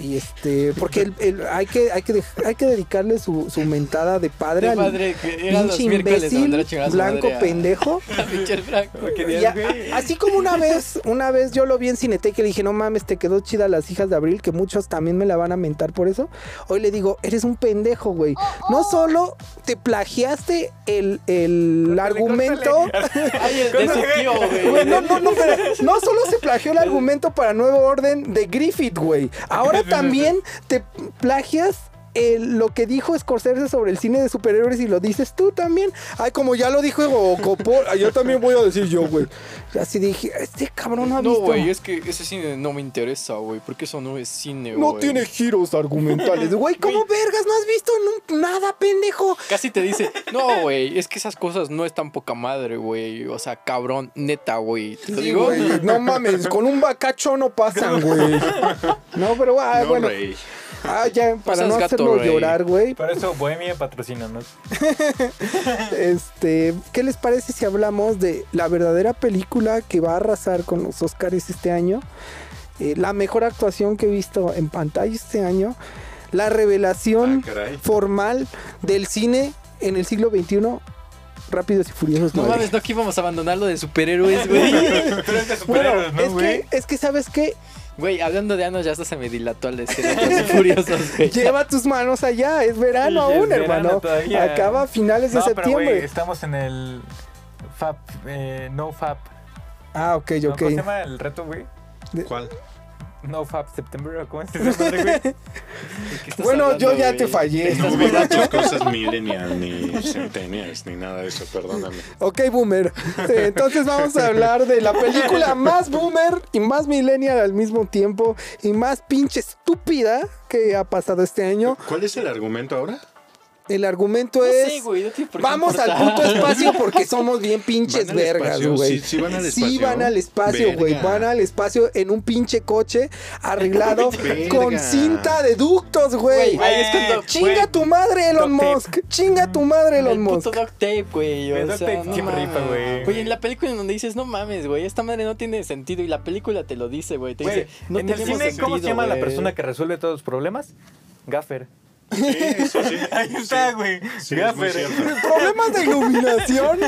Y este, porque el- el- hay, que, hay, que dej- hay que dedicarle su, su mentada de padre
De
al
padre, que era los
pinche
miércoles
imbécil,
donde chingada su
blanco
madre ah. a-
pendejo.
a Michel Franco.
Porque
Y
Dios,
a-
güey.
así como una vez, una vez yo lo vi en Cineteca y le dije, no mames, te quedó chida las hijas de Abril, que muchos también me la van a mentar por eso. Hoy le digo, eres un pendejo, güey. No solo te plagiaste el, el argumento.
Ay, es de su tío,
Güey,
güey.
no, no, no, pero no solo se plagió el argumento para Nuevo Orden de Griffith, güey. Ahora también te plagias el- lo que dijo Scorsese sobre el cine de superhéroes y lo dices tú también. Ay, como ya lo dijo Coppola, yo también voy a decir yo, güey. Así dije, este cabrón ha
No,
visto...
güey, es que ese cine no me interesa, güey, porque eso no es cine, güey.
no tiene giros argumentales. Güey, ¿cómo vergas? No has visto nun- nada, pendejo.
Casi te dice, no, güey, es que esas cosas no es tan poca madre, güey. O sea, cabrón, neta, güey. Te lo
Sí,
digo.
güey, no mames, con un bacacho no pasan, güey. No, pero ah,
no,
bueno,
rey.
ah, ya, para
seas
no
gato,
hacerlo
rey.
llorar, güey,
Por eso Bohemia patrocínanos.
Este, ¿qué les parece si hablamos de la verdadera película que va a arrasar con los Oscars este año? Eh, la mejor actuación que he visto en pantalla este año. La
Ah,
revelación
caray.
formal del cine en el siglo XXI. Rápidos y Furiosos
No
9.
mames, no que íbamos a abandonar lo de superhéroes, güey.
Pero es de
Bueno,
superhéroes, ¿no,
es,
güey?
que, es que, ¿sabes qué?
Güey, hablando de Anos, ya hasta se me dilató al decir Rápidos y furiosos, güey.
Lleva tus manos allá, es verano
Sí, es
aún,
verano
hermano.
todavía.
Acaba a finales de
No, pero,
septiembre.
güey, estamos en el FAP, eh, no FAP.
ah, ok,
¿No?
ok.
¿Cómo se llama el reto, güey?
¿Cuál?
No FAP September, ¿cómo es ese nombre, güey?
¿Qué estás
Bueno, yo
hablando,
ya
güey?
te fallé.
No hubiera hecho cosas millennial, ni centennials, ni nada de eso, perdóname.
Ok, boomer. Eh, Entonces vamos a hablar de la película más boomer y más millennial al mismo tiempo y más pinche estúpida que ha pasado este año.
¿Cuál es el argumento ahora?
El argumento
No
es...
sé, güey, no tiene
pues.
por qué
Vamos al
importar.
puto espacio porque somos bien pinches
¿Van al
vergas,
espacio?
güey.
Sí, sí van al
Sí
espacio.
van al espacio, güey.
Verga.
Van al espacio en un pinche coche arreglado
Verga.
con cinta de ductos, güey.
Güey, ahí es cuando-
Chinga
güey.
tu madre, Elon
Duct tape.
Musk. Chinga tu madre, Elon
El puto
Musk.
duct tape, güey.
El
O
duct
sea,
tape
no
siempre
mames.
rifa, güey.
Oye, en la película en donde dices, no mames, güey, esta madre no tiene sentido. Y la película te lo dice, güey. Te
Güey,
dice, no
en el
tenemos
cine,
sentido.
¿cómo se llama la
güey".
persona que resuelve todos los problemas? Gaffer.
Sí, sí, sí.
Ahí está, güey.
Sí, es muy
Gaffer.
cierto.
problemas de iluminación,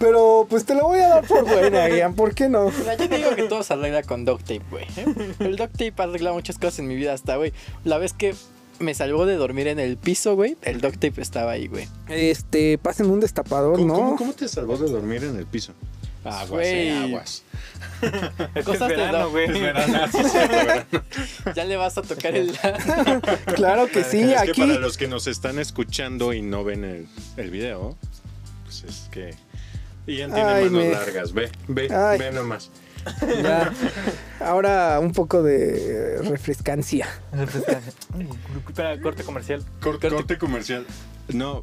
pero pues te lo voy a dar por buena, Ian, ¿por qué no?
Mira, yo te digo que todo se arregla con duct tape, güey. ¿eh? El duct tape ha arreglado muchas cosas en mi vida hasta, güey. La vez que me salvó de dormir en el piso, güey, el duct tape estaba ahí, güey.
Este, pásenme un destapador,
¿Cómo,
¿no?
cómo- cómo te salvó de dormir en el piso? Aguas, eh,
Güey.
aguas.
Es que es
Cosas de
verano,
do-
güey. Es verano.
Ya le vas a tocar el...
Claro que sí,
es que
aquí
para los que nos están escuchando y no ven el, el video, pues es que. Ian tiene
Ay,
manos
me-
largas, ve, ve,
Ay.
ve nomás.
Ya. Ahora un poco de eh, refrescancia.
Espera, corte comercial.
Cor- corte comercial. No,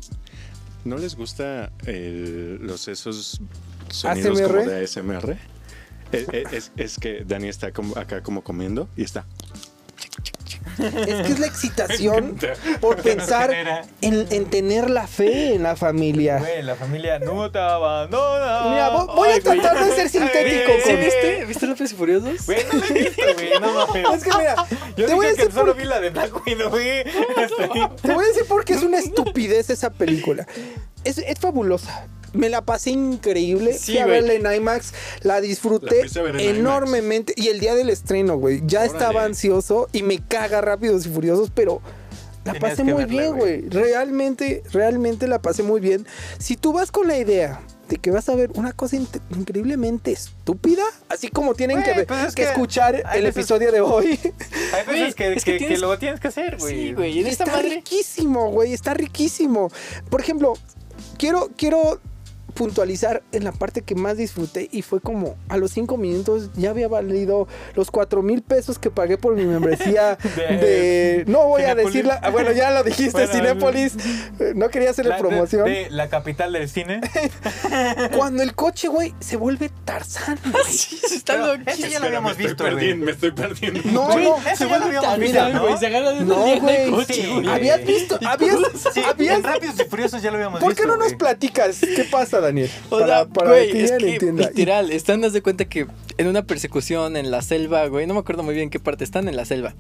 ¿no les gusta el- los esos sonidos
ASMR?
como de ASMR? Eh, eh, Es, es que Dani está como- acá como comiendo y está.
Es que es la excitación por pensar en, en tener la fe en la familia.
Güey, la familia no te abandona.
Mira, vo- voy a
Ay, güey.
tratar de ser sintético
Ay,
con-
güey.
¿Viste? ¿Viste López y Furiosos?
Güey, no la he visto, güey. No mames.
Es que mira,
Yo
te voy, a
dije
decir
que solo
por,
vi la de Black Widow, güey. Este,
te voy a decir por qué es una estupidez esa película. Es, es fabulosa. Me la pasé increíble.
Sí,
Fui a
güey.
verla en IMAX. La
La
disfruté
fuiste a ver en
enormemente. Y el día del estreno, güey. Ya
Órale.
estaba ansioso y me caga rápidos y furiosos, pero la
Tenías
pasé
que
muy
verla,
bien,
güey.
güey. Realmente, realmente la pasé muy bien. Si tú vas con la idea de que vas a ver una cosa in- increíblemente estúpida, así como tienen
Güey,
que, ver-
pues es
que
que
escuchar
hay
el
veces-
episodio de hoy.
Hay
Güey,
veces que,
es que
que- que
tienes-
lo tienes que hacer, güey.
Sí, güey. En esta
está
madre.
riquísimo, güey. Está riquísimo. Por ejemplo, quiero, quiero puntualizar en la parte que más disfruté y fue como a los cinco minutos ya había valido los cuatro mil pesos que pagué por mi membresía de...
De-
No voy a
Cinépolis.
decirla... ah, Bueno, ya lo dijiste,
Bueno,
Cinépolis. Eh, No quería hacerle
La- de-
promoción.
de la capital del cine.
Cuando el coche, güey, se vuelve Tarzán. güey.
Sí, está
Pero
loquísimo.
ese ya lo habíamos
me estoy
visto,
perdiendo,
güey.
me estoy perdiendo.
No,
Güey,
no.
ese ya lo habíamos
Al
visto,
final,
¿no?
güey, se agarran en
No,
el día
güey.
de coche,
Sí, Ah,
güey.
Habías visto, habías,
Sí,
habías
en Rápidos y Furiosos ya lo habíamos
¿Por
visto.
qué no nos
güey.
platicas? ¿Qué pasa, Daniel?
O sea, güey,
que
es
ella lo
que
entienda. Y-
literal, están, haz de cuenta que en una persecución en la selva, güey, no me acuerdo muy bien qué parte están en la selva.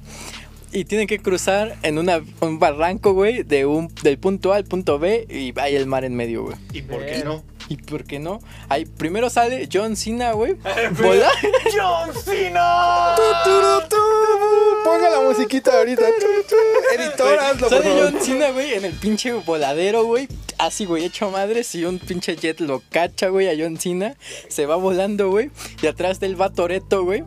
Y tienen que cruzar en una, un barranco, güey, de un, del punto A al punto B y hay el mar en medio, güey.
¿Y por qué no?
¿Y por qué no? Ahí primero sale John Cena, güey. vola-
¡John Cena!
Ponga la musiquita ahorita. Editor, hazlo, por
Sale
favor.
John Cena, güey, en el pinche voladero, güey. Así, güey, hecho madres. Y un pinche jet lo cacha, güey, a John Cena. Se va volando, güey. Y atrás del va Toreto, güey.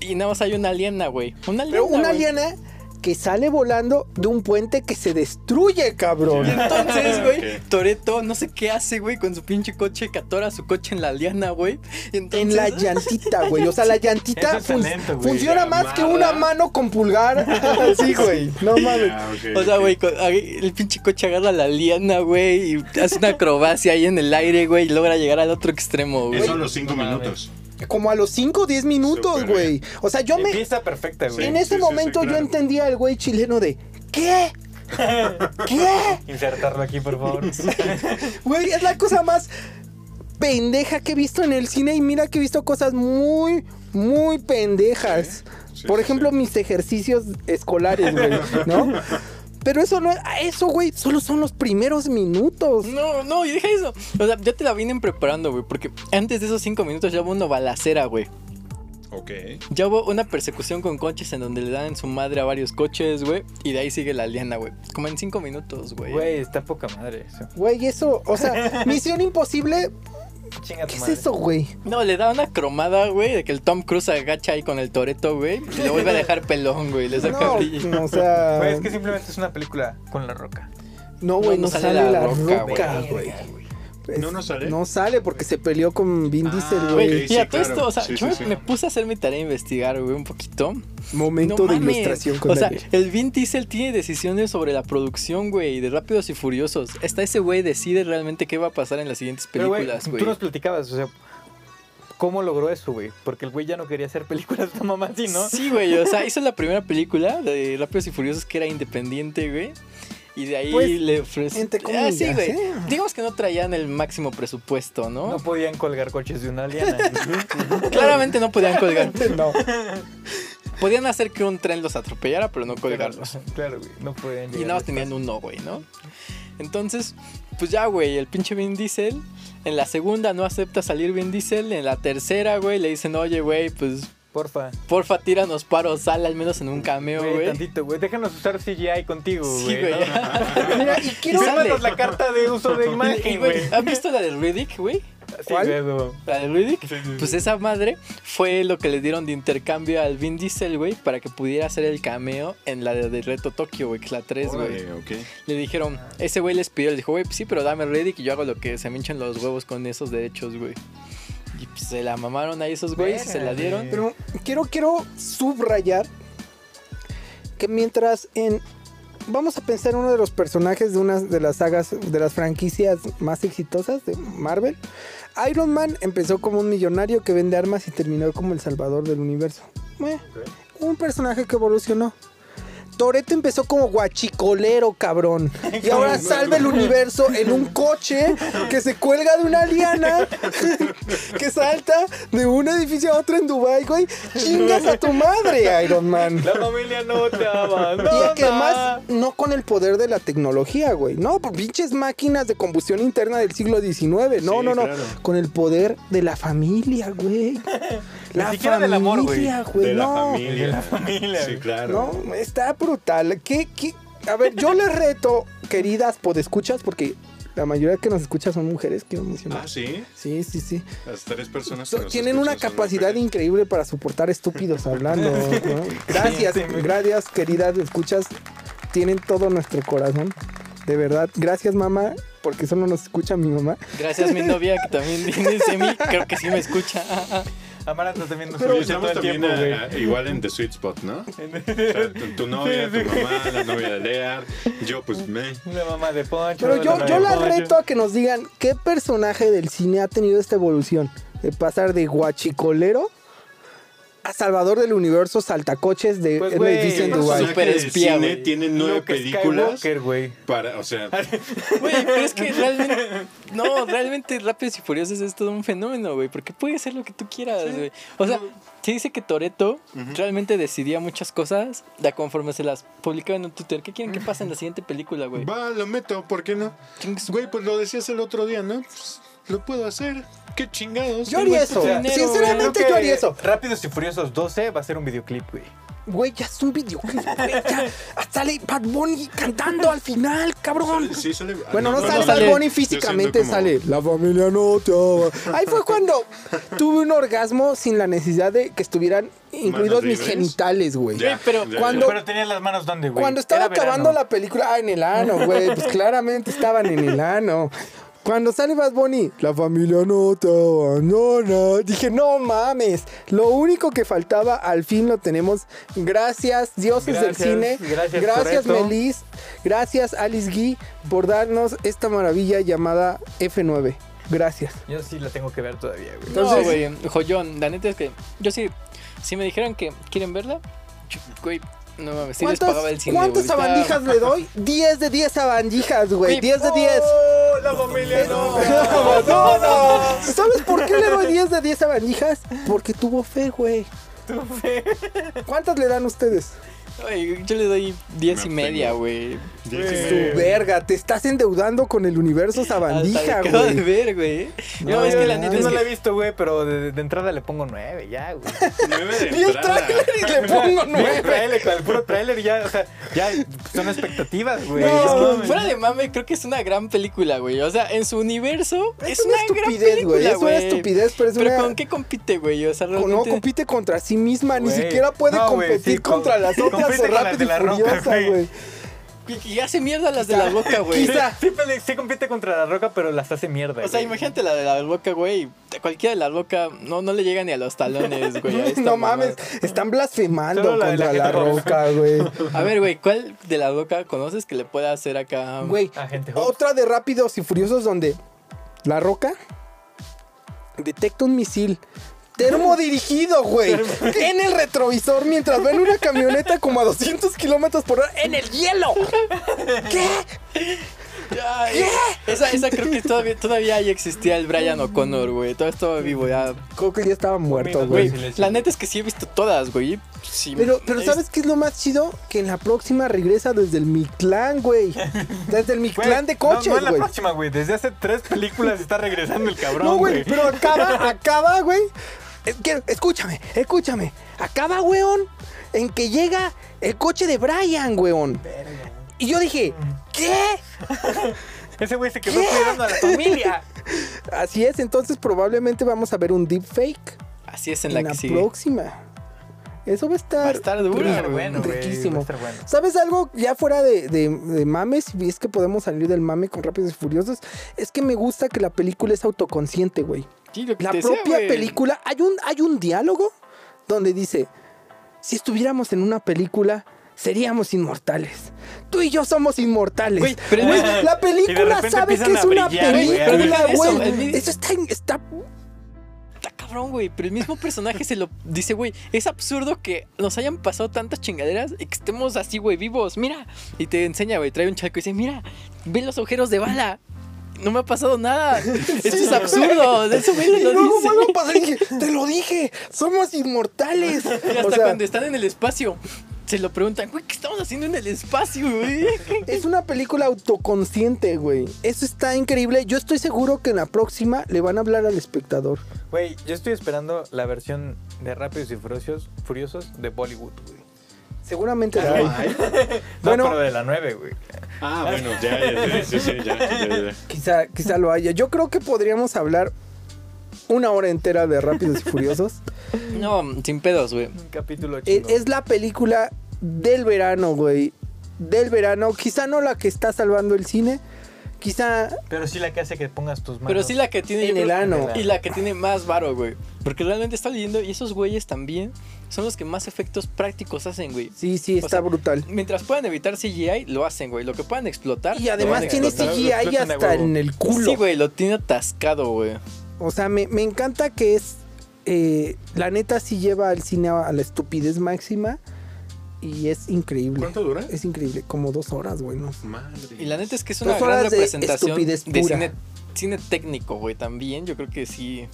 Y nada más hay una aliena, güey. Una aliena.
Pero una
güey.
aliena que sale volando de un puente que se destruye, cabrón.
Y entonces, güey,
Ok.
Toreto no sé qué hace, güey, con su pinche coche que atora su coche en la liana, güey. Y entonces-
En la llantita, güey. O sea, la llantita
Eso es
fun-
talento, güey.
funciona
Se
más que una
amarra.
mano con pulgar. Así, güey. No mames.
Ah, ok,
O sea,
ok.
güey, co- ahí el pinche coche agarra la liana, güey, y hace una acrobacia ahí en el aire, güey, y logra llegar al otro extremo, güey.
Eso a los cinco
No mames.
minutos.
Como a los 5 o 10 minutos,
Súper
güey. O sea, yo me.
Empieza perfecta, güey.
En
Sí,
ese
sí, sí,
momento
claro.
yo entendía al güey chileno de. ¿Qué? ¿Qué?
Insertarlo aquí, por favor.
Güey, es la cosa más pendeja que he visto en el cine y mira que he visto cosas muy, muy pendejas.
Sí, sí,
Por
sí,
ejemplo,
sí.
mis ejercicios escolares, güey, ¿no? Pero eso no, a eso, güey, solo son los primeros minutos.
No, no, y deja eso. O sea, ya te la vienen preparando, güey, porque antes de esos cinco minutos ya hubo una balacera, güey.
Ok.
Ya hubo una persecución con coches en donde le dan en su madre a varios coches, güey, y de ahí sigue la liana, güey. Como en cinco minutos, güey.
Güey, está poca madre eso.
Güey, eso, o sea, Misión Imposible,
Chinga tu
¿qué es
madre.
eso, güey?
No, le da una cromada, güey, de que el Tom Cruise agacha ahí con el Toreto, güey, y le vuelve a dejar pelón, güey, le saca
No,
brillo.
o sea,
Güey, es que simplemente es una película con la roca.
no, güey, no, sale, la, roca, güey. Es-
¿No, no sale?
No sale porque se peleó con Vin
Ah,
Diesel,
Güey,
güey.
Ok,
mira,
sí,
todo
claro.
esto, o sea,
Sí,
yo
sí,
me,
sí.
me puse a hacer mi tarea a investigar, güey, un poquito.
Momento
No
de
mames.
ilustración con
O sea,
Daniel.
el Vin Diesel tiene decisiones sobre la producción, güey, de Rápidos y Furiosos. Hasta ese güey decide realmente qué va a pasar en las siguientes
Pero, güey,
películas, güey.
tú nos platicabas, o sea, ¿cómo logró eso, güey? Porque el güey ya no quería hacer películas de mamá así, ¿no?
Sí, güey, o sea, hizo la primera película de Rápidos y Furiosos que era independiente, güey. Y de ahí
Pues,
le ofreció.
entre
Ah,
comillas,
sí, güey.
¿eh?
Digamos que no traían el máximo presupuesto, ¿no?
No podían colgar coches de una aliana.
Claramente no podían colgar.
No.
Podían hacer que un tren los atropellara, pero no colgarlos.
Claro, güey, no podían
Y
llegar.
nada más tenían uno, güey, ¿no? Entonces, pues ya, güey, el pinche Vin Diesel. En la segunda no acepta salir Vin Diesel. En la tercera, güey, le dicen, oye, güey, pues
Porfa.
porfa, tíranos paro, sal al menos en un cameo,
Güey,
güey.
tantito, güey. Déjanos usar CGI contigo, güey.
Sí, güey.
¿no?
Mira, y
Y
quiero.
sale.
Fírmanos la carta de uso de
Y,
imagen,
güey,
güey.
¿Has visto la de Riddick, güey?
Sí,
¿Cuál?
güey, güey.
La de Riddick.
Sí, sí, sí.
Pues esa madre fue lo que le dieron de intercambio al Vin Diesel, güey, para que pudiera hacer el cameo en la de, de Reto Tokio, güey, que es la
Pues,
3, güey.
Órale, ok.
Le dijeron, ese güey les pidió, le dijo, güey, pues sí, pero dame Reddick y yo hago lo que se me hinchan los huevos con esos derechos, güey. Y pues, se la mamaron ahí esos güeyes,
Verga,
se la dieron.
güey.
Pero quiero, quiero subrayar que mientras en. Vamos a pensar en uno de los personajes de una de las sagas, de las franquicias más exitosas de Marvel. Iron Man empezó como un millonario que vende armas y terminó como el salvador del universo. Meh, un personaje que evolucionó. Toreto empezó como guachicolero, cabrón. Y ahora salva el universo en un coche que se cuelga de una liana, que salta de un edificio a otro en Dubai, güey. Chingas a tu madre, Iron Man.
La familia no te
Y
abandona.
es que además, no con el poder de la tecnología, güey. No, por pinches máquinas de combustión interna del siglo XIX. No,
Sí,
no, no.
claro.
Con el poder de la familia, güey. La
siquiera del amor, güey.
familia,
De la
Pues no.
familia.
De la familia,
Sí,
güey.
claro.
No, está brutal. ¿Qué, qué? A ver, yo les reto, queridas podescuchas, porque la mayoría que nos escucha son mujeres, quiero mencionar.
Ah, sí.
Sí, sí, sí.
Las tres personas.
So- tienen una capacidad increíble para soportar estúpidos hablando. ¿no? Gracias,
Sí, sí.
gracias, queridas escuchas. Tienen todo nuestro corazón. De verdad, gracias mamá, porque solo nos escucha mi mamá.
Gracias mi novia que también tiene semi, creo que sí me escucha.
Amaranta también nos
Pero
escucha todo el
también
tiempo,
a-
güey.
a- igual en The Sweet Spot, ¿no? O sea, tu, tu novia, tu mamá, la novia de Lear, yo pues me...
La mamá de Poncho.
Pero yo,
mamá
yo
de
la
Poncho.
reto a que nos digan qué personaje del cine ha tenido esta evolución. De pasar de guachicolero a salvador del universo saltacoches de
Pues,
un
güey,
edificio en
¿qué
Dubái.
personaje? Súper espía,
cine
güey.
tiene nueve
Luke
películas
Skywalker, güey.
para, o sea,
Güey, pero es que realmente. No, realmente Rápidos y Furiosos es todo un fenómeno, güey. Porque puede ser lo que tú quieras, güey. O sea, se dice que Toreto realmente decidía muchas cosas de conforme se las publicaba en un Twitter. ¿Qué quieren que pase en la siguiente película, güey?
va, lo meto, ¿por qué no?
Chingue su-
Güey, pues lo decías el otro día, ¿no? Pues, lo puedo hacer, qué chingados.
Yo haría
güey,
eso.
tu dinero,
Sinceramente yo haría eso.
Rápidos y Furiosos 12 va a ser un videoclip, güey.
Güey, ya es un videoclip, güey. Ya sale Bad Bunny cantando al final, cabrón.
Sí, sale- ah,
Bueno, no,
no,
sale
no sale.
Bad Bunny
Yo siento
físicamente,
como-
sale. La familia no te ama". Ahí fue cuando tuve un orgasmo sin la necesidad de que estuvieran incluidos mis
libres.
genitales, güey.
Ya,
Güey, pero
ya, ya.
cuando-
Pero tenía las manos donde, güey.
Cuando estaba
Era verano.
acabando la película, ah, en el ano, güey. Pues claramente estaban en el ano. Cuando sale Bad Bunny, la familia no te abandona. Dije, no mames. Lo único que faltaba, al fin lo tenemos. Gracias, dioses
Gracias,
del cine.
gracias,
gracias
Toretto.
Melis. Gracias, Alice Guy, por darnos esta maravilla llamada F9. Gracias.
Yo sí la tengo que ver todavía, güey.
Entonces-
no, güey, joyón. La neta es que yo sí, si me dijeran que quieren verla, yo- güey, no mames, sí les
¿Cuántas,
pagaba el cine.
¿cuántas
güey.
sabandijas le doy? 10 de 10 sabandijas, güey.
Güey,
10 de 10.
¡Oh, la familia no!
No, no, no. ¿Sabes por qué le doy 10 de 10 a Vanijas? Porque tuvo fe, güey. ¿Cuántas le dan ustedes?
Güey, yo le doy diez y
Me
media,
abstengo.
güey.
Diez
Su
y medio.
verga, te estás endeudando con el universo sabandija,
Hasta me acabo de
güey.
ver, güey. No,
No,
es
yo-
que la neta
yo
es
no
que-
la he visto, güey, pero de, de entrada le pongo 9 ya, güey.
Nueve de
Vi el
entrada.
tráiler y le pongo
Güey,
9.
tráiler, con el puro trailer ya, o sea, ya son expectativas, güey.
Güey, es que
No, mames.
fuera de mame, creo que es una gran película, güey. O sea, en su universo es,
Es una estupidez,
gran película,
güey. Es una estupidez, pero es
Pero
una...
¿con qué compite, güey? O sea,
No
realmente...
compite contra sí misma, ni
Güey.
siquiera puede
No, güey,
competir
sí, con-
contra las otras
compite
de
con las
Rápido
de
y
La Roca,
Furiosa,
güey.
güey.
Y- Y hace mierda las de la boca, güey.
Sí, sí, pele- sí compite contra la roca, pero las hace mierda.
O sea,
güey.
imagínate la de la boca, güey. A Cualquiera de la boca no, no le llega ni a los talones, güey. a esta
No
mamada.
mames, están blasfemando
Solo la de
contra
la
la
gente famosa.
Roca, güey.
A ver, güey, ¿cuál de la boca conoces que le pueda hacer acá?
Güey,
Agente Hobbs.
otra de Rápidos y Furiosos donde La Roca detecta un misil termodirigido, güey, en el retrovisor mientras va en una camioneta como a 200 kilómetros por hora en el hielo. ¿Qué?
Ay, esa, esa creo que todavía, todavía ahí existía el Brian O'Connor, güey. Todo estaba vivo ya.
Creo que ya estaba muerto,
Menos,
güey.
Güey,
Sí, sí, sí.
la neta es que sí he visto todas, güey. Sí,
Pero, pero
es-
¿sabes qué es lo más chido? Que en la próxima regresa desde el Mictlán, güey. Desde el
Güey,
Mictlán de
no-
coches,
No, es la
güey.
próxima, güey. Desde hace tres películas está regresando el cabrón,
No, güey,
güey.
pero acaba, acaba, güey. Eh, quiero- Escúchame, escúchame. Acaba, weón, en que llega el coche de Brian, weón. Y yo dije, ¿qué?
Ese güey se quedó cuidando a la familia.
Así es, entonces probablemente vamos a ver un deepfake
Así es en
en
la
la,
que sigue.
próxima. Eso va a estar.
Va a estar duro,
Va a
rico,
estar bueno, güey. Va a
riquísimo.
estar bueno.
¿Sabes algo ya fuera de, de, de mames? Y es que podemos salir del mame con Rápidos y Furiosos. Es que me gusta que la película es autoconsciente, güey.
Sí, lo que
La
te decía,
propia
güey.
película. Hay un, hay un diálogo donde dice: Si estuviéramos en una película, seríamos inmortales. Tú y yo somos inmortales.
Güey, pero
Güey,
es-
la
Y de
película
repente
sabe que
empiezan
es
a
una
brillar, güey, a
película,
brillar. Eso, el-
güey. Eso está, en- está
Está cabrón, güey. Pero el mismo personaje se lo dice, güey. Es absurdo que nos hayan pasado tantas chingaderas y que estemos así, güey, vivos. Mira. Y te enseña, güey. Trae un chaco y dice, mira, ve los agujeros de bala. No me ha pasado nada. Esto es absurdo. De eso, güey,
Y
lo
luego
dice.
vuelvo a pasar y dije, te lo dije, somos inmortales.
Y hasta
O sea,
cuando están en el espacio, se lo preguntan, güey, ¿qué estamos haciendo en el espacio, güey?
es una película autoconsciente, güey. Eso está increíble. Yo estoy seguro que en la próxima le van a hablar al espectador.
Güey, yo estoy esperando la versión de Rápidos y Furiosos, Furiosos de Bollywood, güey.
Seguramente la
Ah,
hay.
ay.
No,
Bueno.
pero de la 9, güey.
Ah, bueno, ya, ya, ya, sí, sí, ya, ya, ya, ya.
Quizá, quizá lo haya. Yo creo que podríamos hablar una hora entera de Rápidos y Furiosos.
No, sin pedos, güey.
Un capítulo
Eh,
chido.
Es la película del verano, güey. Del verano. Quizá no la que está salvando el cine. Quizá
Pero sí la que hace que pongas tus manos.
Pero sí la que tiene yo
En el
creo-
ano.
Y la que tiene más varo, güey. Porque realmente está leyendo y esos güeyes también son los que más efectos prácticos hacen, güey.
sí, sí,
O
está
sea,
brutal.
Mientras puedan evitar CGI, lo hacen, güey. Lo que puedan explotar.
Y además
lo
tiene
explotan.
explotar,
CGI
lo explotan a
hasta
huevo.
en el culo.
Sí, güey, lo tiene atascado, güey.
O sea, me, me encanta que es. eh, la neta sí lleva al cine a, a la estupidez máxima. Y es increíble.
¿Cuánto dura?
Es increíble, como dos horas, güey. ¿no?
Madre.
Y la neta es que es una
Dos
gran
horas Pues de
representación de,
estupidez pura.
cine, cine técnico, güey, también. Yo creo que sí.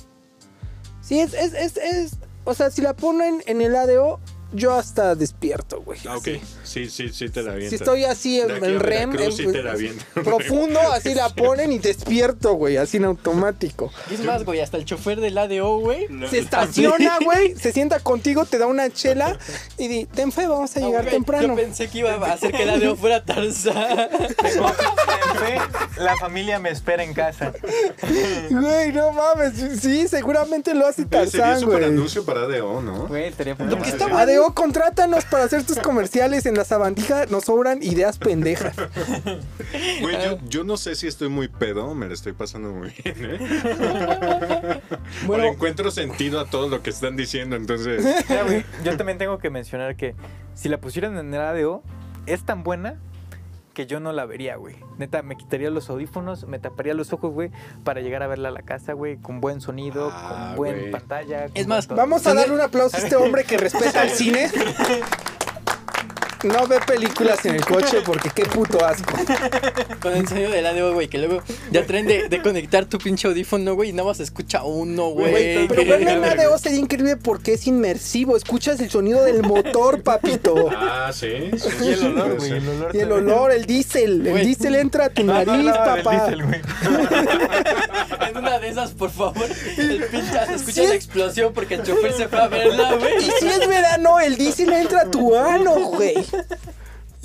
Sí, es, es, es, es- O sea, si la ponen en el ADO, yo hasta despierto, güey.
Ah, ok. Sí, sí, sí te la
Así.
avienta.
Si estoy así en,
De aquí a
en REM,
Veracruz
en-
sí te la avienta.
profundo, así la ponen y despierto, güey, así en automático.
Y es más, güey, hasta el chofer del ADO, güey.
Se estaciona, güey, se sienta contigo, te da una chela y di, ten fe, vamos a
No,
llegar
Ah, güey, Yo
temprano.
pensé que iba a hacer que el ADO fuera Tarzán.
Tengo- Fe, la familia me espera en casa.
Güey, no mames, sí, seguramente lo hace
Pero Sería
Tarzán,
súper
güey.
anuncio para DO, ¿no?
Güey, estaría
Lo que está-
Adeo, contrátanos para hacer tus comerciales en la sabandija. Nos sobran ideas pendejas.
Güey, yo, yo no sé si estoy muy pedo, me la estoy pasando muy bien, ¿eh? O le
Bueno,
encuentro sentido a todo lo que están diciendo, entonces.
Mira, güey, yo también tengo que mencionar que si la pusieran en el ADO, es tan buena que yo no la vería, güey. Neta, me quitaría los audífonos, me taparía los ojos, güey, para llegar a verla a la casa, güey, con buen sonido,
Ah,
con buen
güey.
pantalla. con
Es más,
buen todo.
vamos a darle un aplauso a este hombre que respeta el cine. No ve películas en el coche porque qué puto asco.
Con el sonido del ADO, güey, que luego ya traen de, de conectar tu pinche audífono, güey, y nada más se escucha uno, güey.
Güey,
Pero
que-
verlo en ADO sería increíble porque es inmersivo. Escuchas el sonido del motor, papito.
Ah, sí.
Pues
sí, sí,
Y el
sí,
olor, güey,
puede ser.
el olor.
Y el
también.
olor, el diésel. El
Güey.
diésel entra a tu
No, no
nariz,
hablaba del
papá.
diésel, güey.
En una de esas, por favor, el pinche se escucha
Sí.
la explosión porque el chofer se fue a verla, güey.
Y si es verano, el diésel entra a tu ano, güey.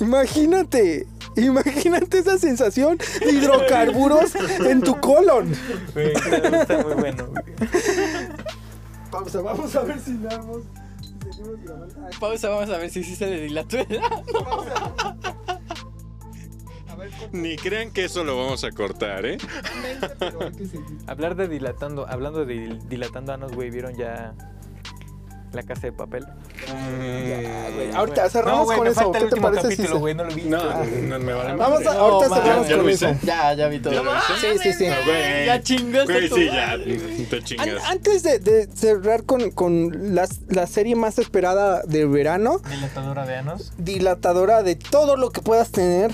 Imagínate, imagínate esa sensación de hidrocarburos en tu colon.
Güey, está, está muy bueno, güey.
Pausa, vamos a ver si damos. seguimos grabando. Ay,
Pausa, vamos a ver si sí se le dilató el ano.
pausa. A ver, corta
Ni crean que eso lo vamos a cortar, ¿eh?
mente, pero hay que seguir.
Hablar de dilatando, hablando de dil- dilatando anos, güey, ¿vieron ya la casa de papel?
Ya, güey. Ahorita cerramos
No, güey,
con
me
eso.
falta el
¿Qué te
último
parece si
capítulo,
se-
güey, no lo vi.
Mm, No, no me vale
Vamos a,
madre.
ahorita cerramos
No, mames.
¿Ya lo
con eso.
hice?
Ya, ya vi todo.
Sí, sí, sí.
Ah, güey.
Ya chingaste
Güey,
tu
sí, ya.
madre,
Te
An-
chingas.
antes de, de cerrar con, con las- la serie más esperada de verano,
Dilatadora de anos.
dilatadora de todo lo que puedas tener,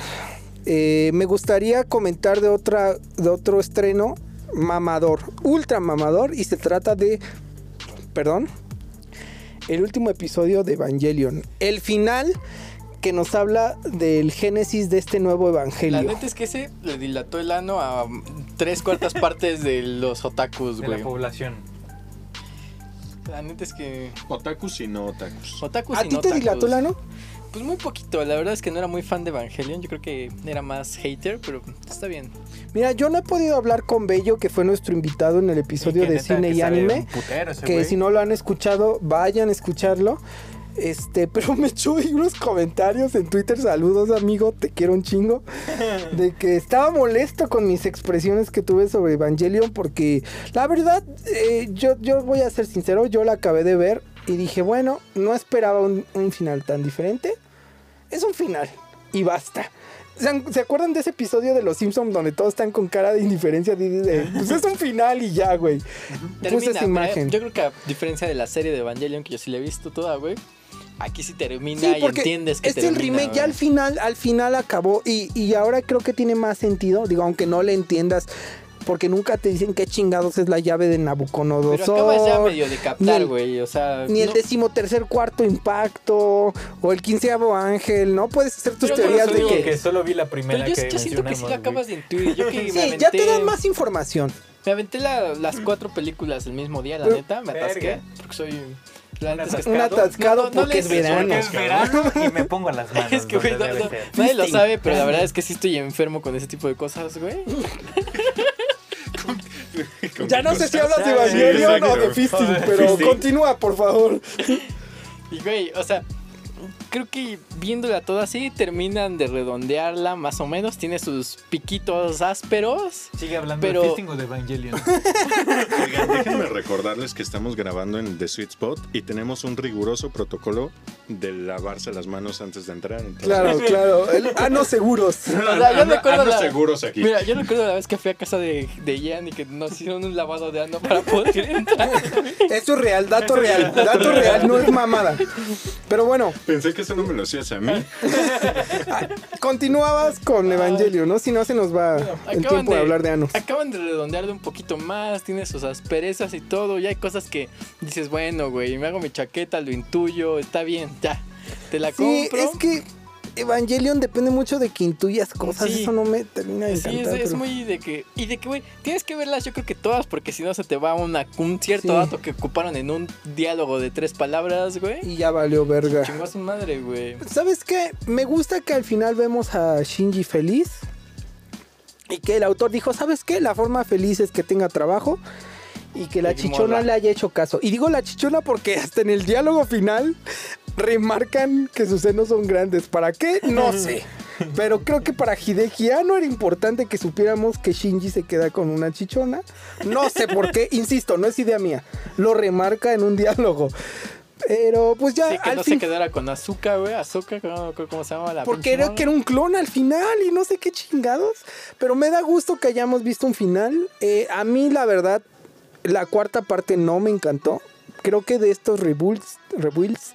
eh, me gustaría comentar de, otra, de otro estreno mamador, ultra mamador, y se trata de, perdón, el último episodio de Evangelion. El final que nos habla del génesis de este nuevo
La
Evangelio.
neta es que ese le dilató el ano a mm, tres cuartas partes de los otakus,
De la
Pues, güey.
población.
La neta es que
Otakus y no otakus.
otakus
¿A
y
ti
no
te
otakus.
dilató la no?
Pues muy poquito, la verdad es que no era muy fan de Evangelion, yo creo que era más hater, pero está bien.
Mira, yo no he podido hablar con Bello, que fue nuestro invitado en el episodio
que
de
neta,
cine
que
y
sabe
anime.
un putero ese
que
güey.
si no lo han escuchado, vayan a escucharlo. Este, pero me echó ahí unos comentarios en Twitter, saludos amigo, te quiero un chingo, de que estaba molesto con mis expresiones que tuve sobre Evangelion, porque la verdad, eh, yo, yo voy a ser sincero, yo la acabé de ver y dije, bueno, no esperaba un, un final tan diferente, es un final y basta. ¿Se han- ¿Se acuerdan de ese episodio de Los Simpsons donde todos están con cara de indiferencia? De, de- de, pues es un final y ya, güey. Puse
Termina,
Pues esa imagen.
güey. Yo creo que a diferencia de la serie de Evangelion, que yo sí la he visto toda, güey. Aquí sí termina
Sí,
y
porque
entiendes que
este
termina,
remake ya
güey.
al final, al final acabó y, y ahora creo que tiene más sentido, digo, aunque no le entiendas, porque nunca te dicen qué chingados es la llave de
Pero acabas ya
Nabucodonosor,
medio de
ni
captar,
el-
güey. O sea,
ni el
no-
decimotercer cuarto impacto o el quinceavo ángel, no puedes hacer tus
Yo creo
teorías
que
de
soy
que...
que
solo vi la
Pero
primera
yo,
que
yo siento que sí la acabas de intuir. Yo que me
Sí,
aventé,
ya te dan más información.
Me aventé la- las cuatro películas el mismo día, la neta. Me atasqué.
Verga.
Porque soy. la neta es que-
Un atascado
No, no, no
porque es
le-
verano.
Es verano y me pongo en las manos.
Es que, güey, no-
donde debe
no-
ser.
nadie lo sabe, pero la verdad es que sí estoy enfermo con ese tipo de cosas, güey.
Ya no sé si hablas de
Sí,
Evangelion o
exacto.
de Fisting,
Joder.
pero
Fisting.
continúa, por favor.
Y, güey, o sea, creo que viéndola toda así, terminan de redondearla más o menos. Tiene sus piquitos ásperos.
Sigue hablando
Pero-
de Fisting o de Evangelion.
Oigan, déjenme recordarles que estamos grabando en The Sweet Spot y tenemos un riguroso protocolo de lavarse las manos antes de entrar. entonces-
Claro, claro. El- ah, no, seguros.
O sea, yo
Ando-
recuerdo
ando
la-
seguros aquí.
Mira, yo recuerdo la vez que fui a casa de, de Ian y que nos hicieron un lavado de ano para poder entrar.
Eso es real, dato real, dato real, no es mamada. Pero bueno,
Pensé que eso no me lo hacías a mí.
continuabas con Evangelio, ¿no? Si no, se nos va el
Acaban
tiempo de hablar de Anos.
Acaban de redondearle un poquito más, tiene sus asperezas y todo. Y hay cosas que dices, bueno, güey, me hago mi chaqueta, lo intuyo, está bien, ya. Te la
Sí,
compro.
es que Evangelion depende mucho de que intuyas cosas,
Sí.
eso no me termina de
Sí,
encantar.
es, es
pero-
muy de que. Y de que, güey, tienes que verlas, yo creo que todas, porque si no se te va una, un cierto
Sí.
dato que ocuparon en un diálogo de tres palabras, güey.
Y ya valió verga.
Chingó a su madre, güey.
¿Sabes qué? Me gusta que al final vemos a Shinji feliz. Y que el autor dijo, ¿sabes qué? La forma feliz es que tenga trabajo. Y que la
Y que
chichona
morra.
le haya hecho caso. Y digo la chichona porque hasta en el diálogo final remarcan que sus senos son grandes. ¿Para qué? No sé. Pero creo que para Hideki Anno era importante que supiéramos que Shinji se queda con una chichona. No sé por qué, insisto, no es idea mía. Lo remarca en un diálogo. Pero pues ya
Sí, que
al
no
fin-
se quedara con Azúcar, güey. Azúcar, no me acuerdo cómo se llama la
porque
pinche
era
morra.
que era un clon al final y no sé qué chingados. Pero me da gusto que hayamos visto un final. Eh, a mí, la verdad, la cuarta parte no me encantó. Creo que de estos rebuilds, rebuilds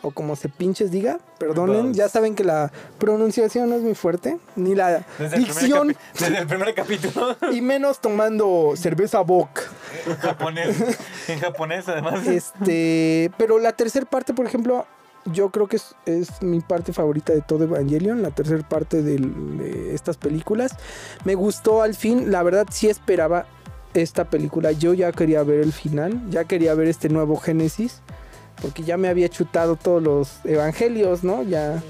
o como se pinches diga, perdonen,
Rebuilds.
ya saben que la pronunciación no es muy fuerte, ni la
Desde el, primer
dicción,
capi- desde el primer capítulo
y menos tomando cerveza boca.
japonés. En japonés, además.
Eh, Este, pero la tercera parte, por ejemplo, yo creo que es, es mi parte favorita de todo Evangelion, la tercera parte del- de estas películas. Me gustó al fin, la verdad sí esperaba esta película, yo ya quería ver el final, ya quería ver este nuevo Génesis, porque ya me había chutado todos los Evangelios, ¿no? Ya,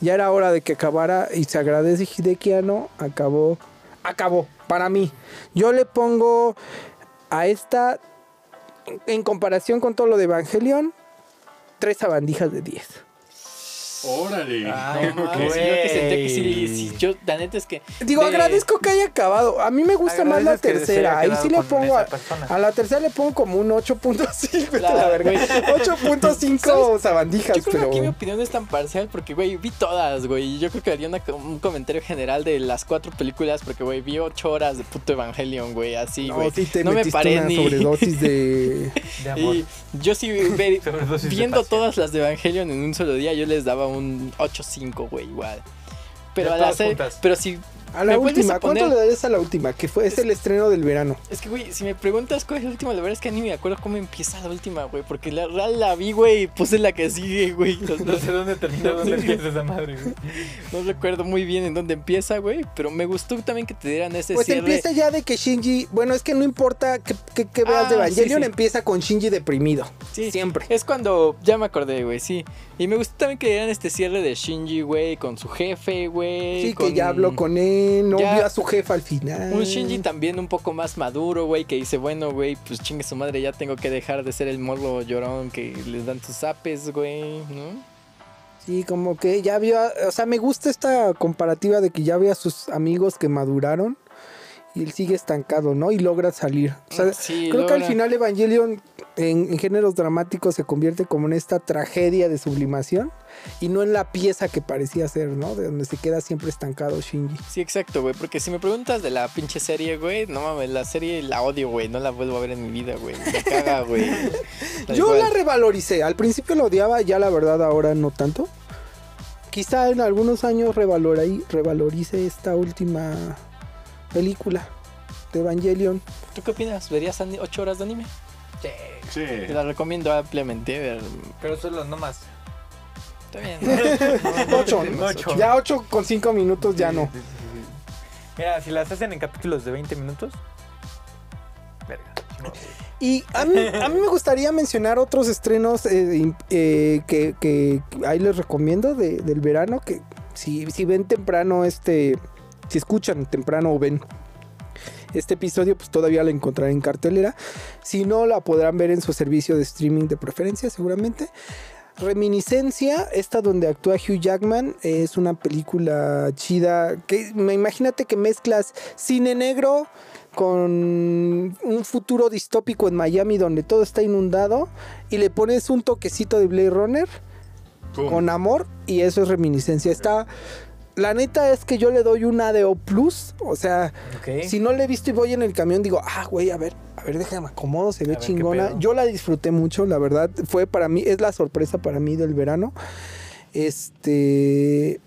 ya era hora de que acabara y se agradece Hideki Anno, acabó, acabó, para mí. Yo le pongo a esta en comparación con todo lo de Evangelion, tres sabandijas de 10.
Órale.
Ay,
No,
Ok.
mames, yo que sentía que sí,
Güey.
sí, yo, la neta es que.
Digo,
de-
agradezco que haya acabado. A mí me gusta más la
Agradeces que se
tercera.
haya
Ahí
quedado
sí le
con
pongo a,
esa persona.
a la tercera le pongo como un 8.5, vete a la
La-
verga.
güey.
8.5
¿Sabes?
sabandijas,
Yo creo que
pero
aquí mi opinión es tan parcial porque, güey, vi todas, güey. y Yo creo que haría una- un comentario general de las cuatro películas porque, güey, vi ocho horas de puto Evangelion, güey, así,
no,
güey.
sí te
no me
metiste
paré
una
ni...
sobredosis de
De amor.
Y yo sí, ve-
Sobredosis de
viendo
pasión.
todas las de Evangelion en un solo día, yo les daba un 8-5, güey, igual. Pero
Ya
a la
todas
se-
juntas.
Pero si...
a la
¿Me vuelves
última.
a poner?
¿Cuánto le darías a la última? Que fue es el estreno del verano.
Es que, güey, si me preguntas cuál es la última, la verdad es que ni me acuerdo cómo empieza la última, güey. Porque la real la vi, güey, y puse la que sigue, güey. No,
No sé dónde termina, dónde empieza esa madre, güey.
no recuerdo muy bien en dónde empieza, güey. Pero me gustó también que te dieran ese
Pues
cierre.
empieza ya de que Shinji, bueno, es que no importa que, que- que veas
Ah,
de Evangelion,
sí, sí.
empieza con Shinji deprimido.
Sí.
Siempre.
Es cuando ya me acordé, güey, sí. Y me gustó también que dieran este cierre de Shinji, güey, con su jefe, güey.
Sí,
con-
que ya habló con él. bien, no
Ya.
vio a su jefa al final.
Un Shinji también un poco más maduro, güey, que dice, bueno, güey, pues chingue su madre, ya tengo que dejar de ser el morro llorón que les dan tus apes, güey, ¿no?
Sí, como que ya vio, a- o sea, me gusta esta comparativa de que ya vio a sus amigos que maduraron y él sigue estancado, ¿no? Y logra salir. O sea,
Mm, sí,
creo que al
logra.
final Evangelion en, en géneros dramáticos se convierte como en esta tragedia de sublimación y no en la pieza que parecía ser, ¿no? De donde se queda siempre estancado Shinji.
Sí, exacto, güey, porque si me preguntas de la pinche serie, güey, no mames, la serie la odio, güey, no la vuelvo a ver en mi vida, güey, me caga, güey. Tal
Yo
cual.
la revaloricé. Al principio la odiaba, ya la verdad ahora no tanto. Quizá en algunos años revalori- revalorice esta última película de Evangelion.
¿Tú qué opinas? ¿Verías 8 horas de anime?
Sí.
Te la recomiendo ampliamente, ver.
Pero solo nomás.
Está bien.
Ocho,
¿no?
ocho.
Ya 8 con 5 minutos ya
Sí,
no.
sí, sí, sí. Mira, si las hacen en capítulos de 20 minutos. Verga. chingón.
Y a mí, a mí me gustaría mencionar otros estrenos eh, im- eh, que, que ahí les recomiendo de- del verano, que si, si ven temprano este, si escuchan temprano o ven este episodio, pues todavía la encontrarán en cartelera. Si no, la podrán ver en su servicio de streaming de preferencia, seguramente. Reminiscencia, esta donde actúa Hugh Jackman, es una película chida que me imagínate que mezclas cine negro con un futuro distópico en Miami donde todo está inundado y le pones un toquecito de Blade Runner
Pum.
con amor y eso es reminiscencia. Está la neta es que yo le doy una de O plus, o sea,
Ok.
si no la he visto y voy en el camión, digo, ah, güey, a ver, a ver, déjame acomodo, se ve
A ver qué
chingona.
pedo.
Yo la disfruté mucho, la verdad, fue para mí, es la sorpresa para mí del verano. Este.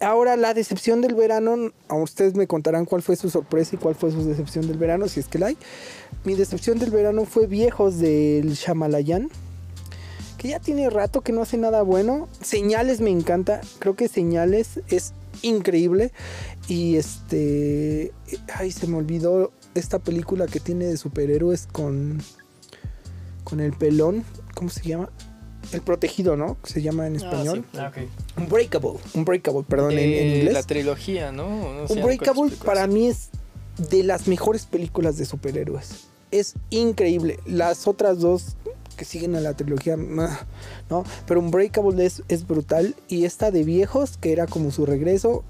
Ahora, la decepción del verano, a ustedes me contarán cuál fue su sorpresa y cuál fue su decepción del verano, si es que la hay. Mi decepción del verano fue Viejos del Shamalayan, que ya tiene rato que no hace nada bueno. Señales me encanta, creo que Señales es increíble. Y este. Ay, se me olvidó esta película que tiene de superhéroes con. Con el pelón. ¿Cómo se llama? El protegido, ¿no? Se llama en
Ah,
español.
sí.
Ah, ok.
Unbreakable. Unbreakable, perdón, en, en
Eh,
inglés.
La trilogía, ¿no? No sé,
Unbreakable
¿cuántas películas?
para mí es de las mejores películas de superhéroes. Es increíble. Las otras dos que siguen a la trilogía, mah, ¿no? Pero Unbreakable es, es brutal. Y esta de viejos, que era como su regreso,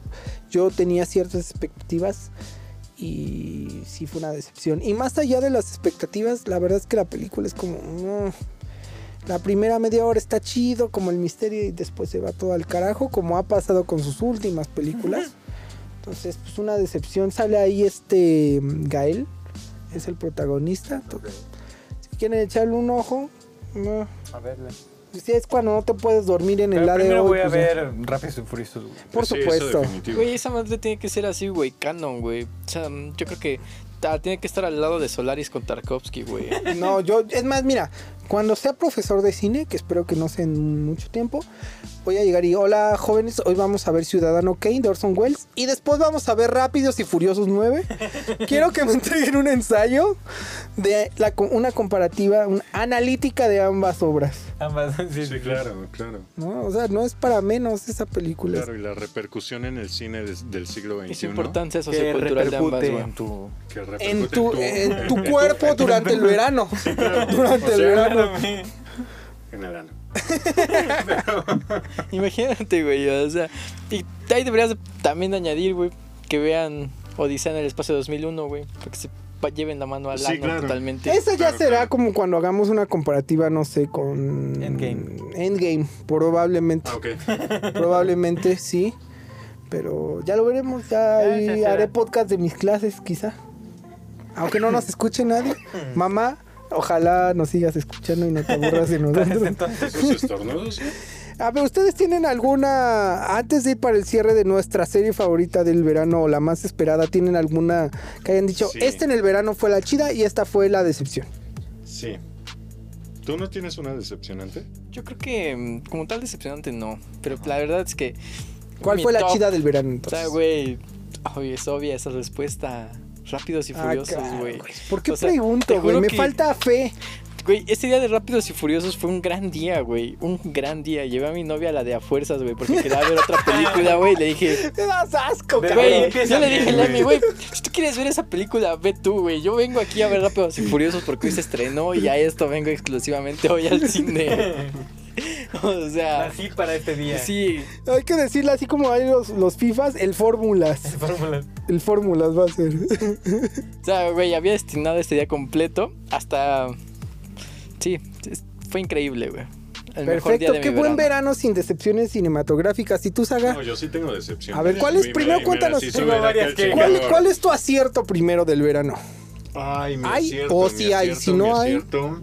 yo tenía ciertas expectativas y sí fue una decepción. Y más allá de las expectativas, la verdad es que la película es como... mm, la primera media hora está chido, como el misterio, y después se va todo al carajo, como ha pasado con sus últimas películas. Entonces, pues una decepción. Sale ahí este mm, Gael, es el protagonista. Entonces, Si quieren echarle un ojo, no.
A verla.
Si es cuando no te puedes dormir en el
Pero
lado
primero voy a
pues,
ver Rápidos y Furiosos. güey.
Por
Sí, eso
supuesto.
definitivo.
Güey, esa madre tiene que ser así, güey, canon, güey. O sea, mm, yo creo que ta- tiene que estar al lado de Solaris con Tarkovsky, güey.
No, yo, es más, mira, cuando sea profesor de cine, que espero que no sea en mucho tiempo, voy a llegar y hola jóvenes, hoy vamos a ver Ciudadano Kane de Orson Welles y después vamos a ver Rápidos y Furiosos 9. Quiero que me entreguen un ensayo de la, co- una comparativa, una analítica de ambas obras.
Ambas. Sí,
Sí, claro, claro.
¿no? O sea, no es para menos esa película.
Claro, y la repercusión en el cine des- del siglo XXI.
Es importante eso
Que
cultural de ambas,
repercute
güey.
en tu...
que repercute
En tu, en tu
en
cuerpo durante el verano. Durante el verano.
En el ano.
Imagínate, güey, o sea, y ahí deberías también añadir, güey, que vean Odisea en el espacio 2001, güey, para que se pa- lleven la mano al
Sí,
ano
claro.
totalmente.
Esa ya
Claro,
será
claro.
como cuando hagamos una comparativa, no sé, con
Endgame.
Endgame, probablemente.
Ah, ok.
Probablemente sí. Pero ya lo veremos. Ya
Ya,
ahí
ya será.
haré podcast de mis clases, quizá. Aunque no nos escuche nadie.
Mm.
Mamá, ojalá nos sigas escuchando y no te aburras de nosotros.
Entonces,
Esos estornudos.
A ver, ¿ustedes tienen alguna, antes de ir para el cierre de nuestra serie favorita del verano o la más esperada, tienen alguna que hayan dicho,
Sí.
esta en el verano fue la chida y esta fue la decepción?
Sí. ¿Tú no tienes una decepcionante?
Yo creo que mm, como tal decepcionante no, pero la verdad es que...
¿Cuál
mi
fue la
top,
chida del verano
O
entonces?
sea, güey, ay, es obvia esa respuesta. Rápidos y
Ah,
furiosos,
claro,
güey.
¿Por qué
O sea,
pregunto,
te
güey?
juro
Me
que-
falta fe.
Güey, ese día de Rápidos y Furiosos fue un gran día, güey. Un gran día. Llevé a mi novia a la de a fuerzas, güey, porque quería ver otra película, güey. Le dije,
Te das asco,
Ve,
cabrón.
güey,
empieza
yo le
bien,
dije,
güey.
Lami, güey, si tú quieres ver esa película, ve tú, güey. Yo vengo aquí a ver Rápidos y Furiosos porque hoy se estrenó y a esto vengo exclusivamente hoy al cine. O sea,
Así para este día.
sí,
Hay que decirle así como hay los, los FIFAs, el Fórmulas.
Fórmulas.
El Fórmulas va a ser.
O sea, güey, había destinado este día completo hasta... Sí, es- fue increíble, güey. El mejor día
Perfecto,
de mi
qué buen
verano.
verano sin decepciones cinematográficas. Y tú, Saga,
No, yo sí tengo decepción.
A ver, ¿cuál es? Primero cuéntanos.
Tengo varias que-
¿cuál, cuál es tu acierto primero del verano?
Ay, mi
¿Hay?
acierto,
¿O
mi
sí hay?
acierto,
Si
mi
no hay-
acierto.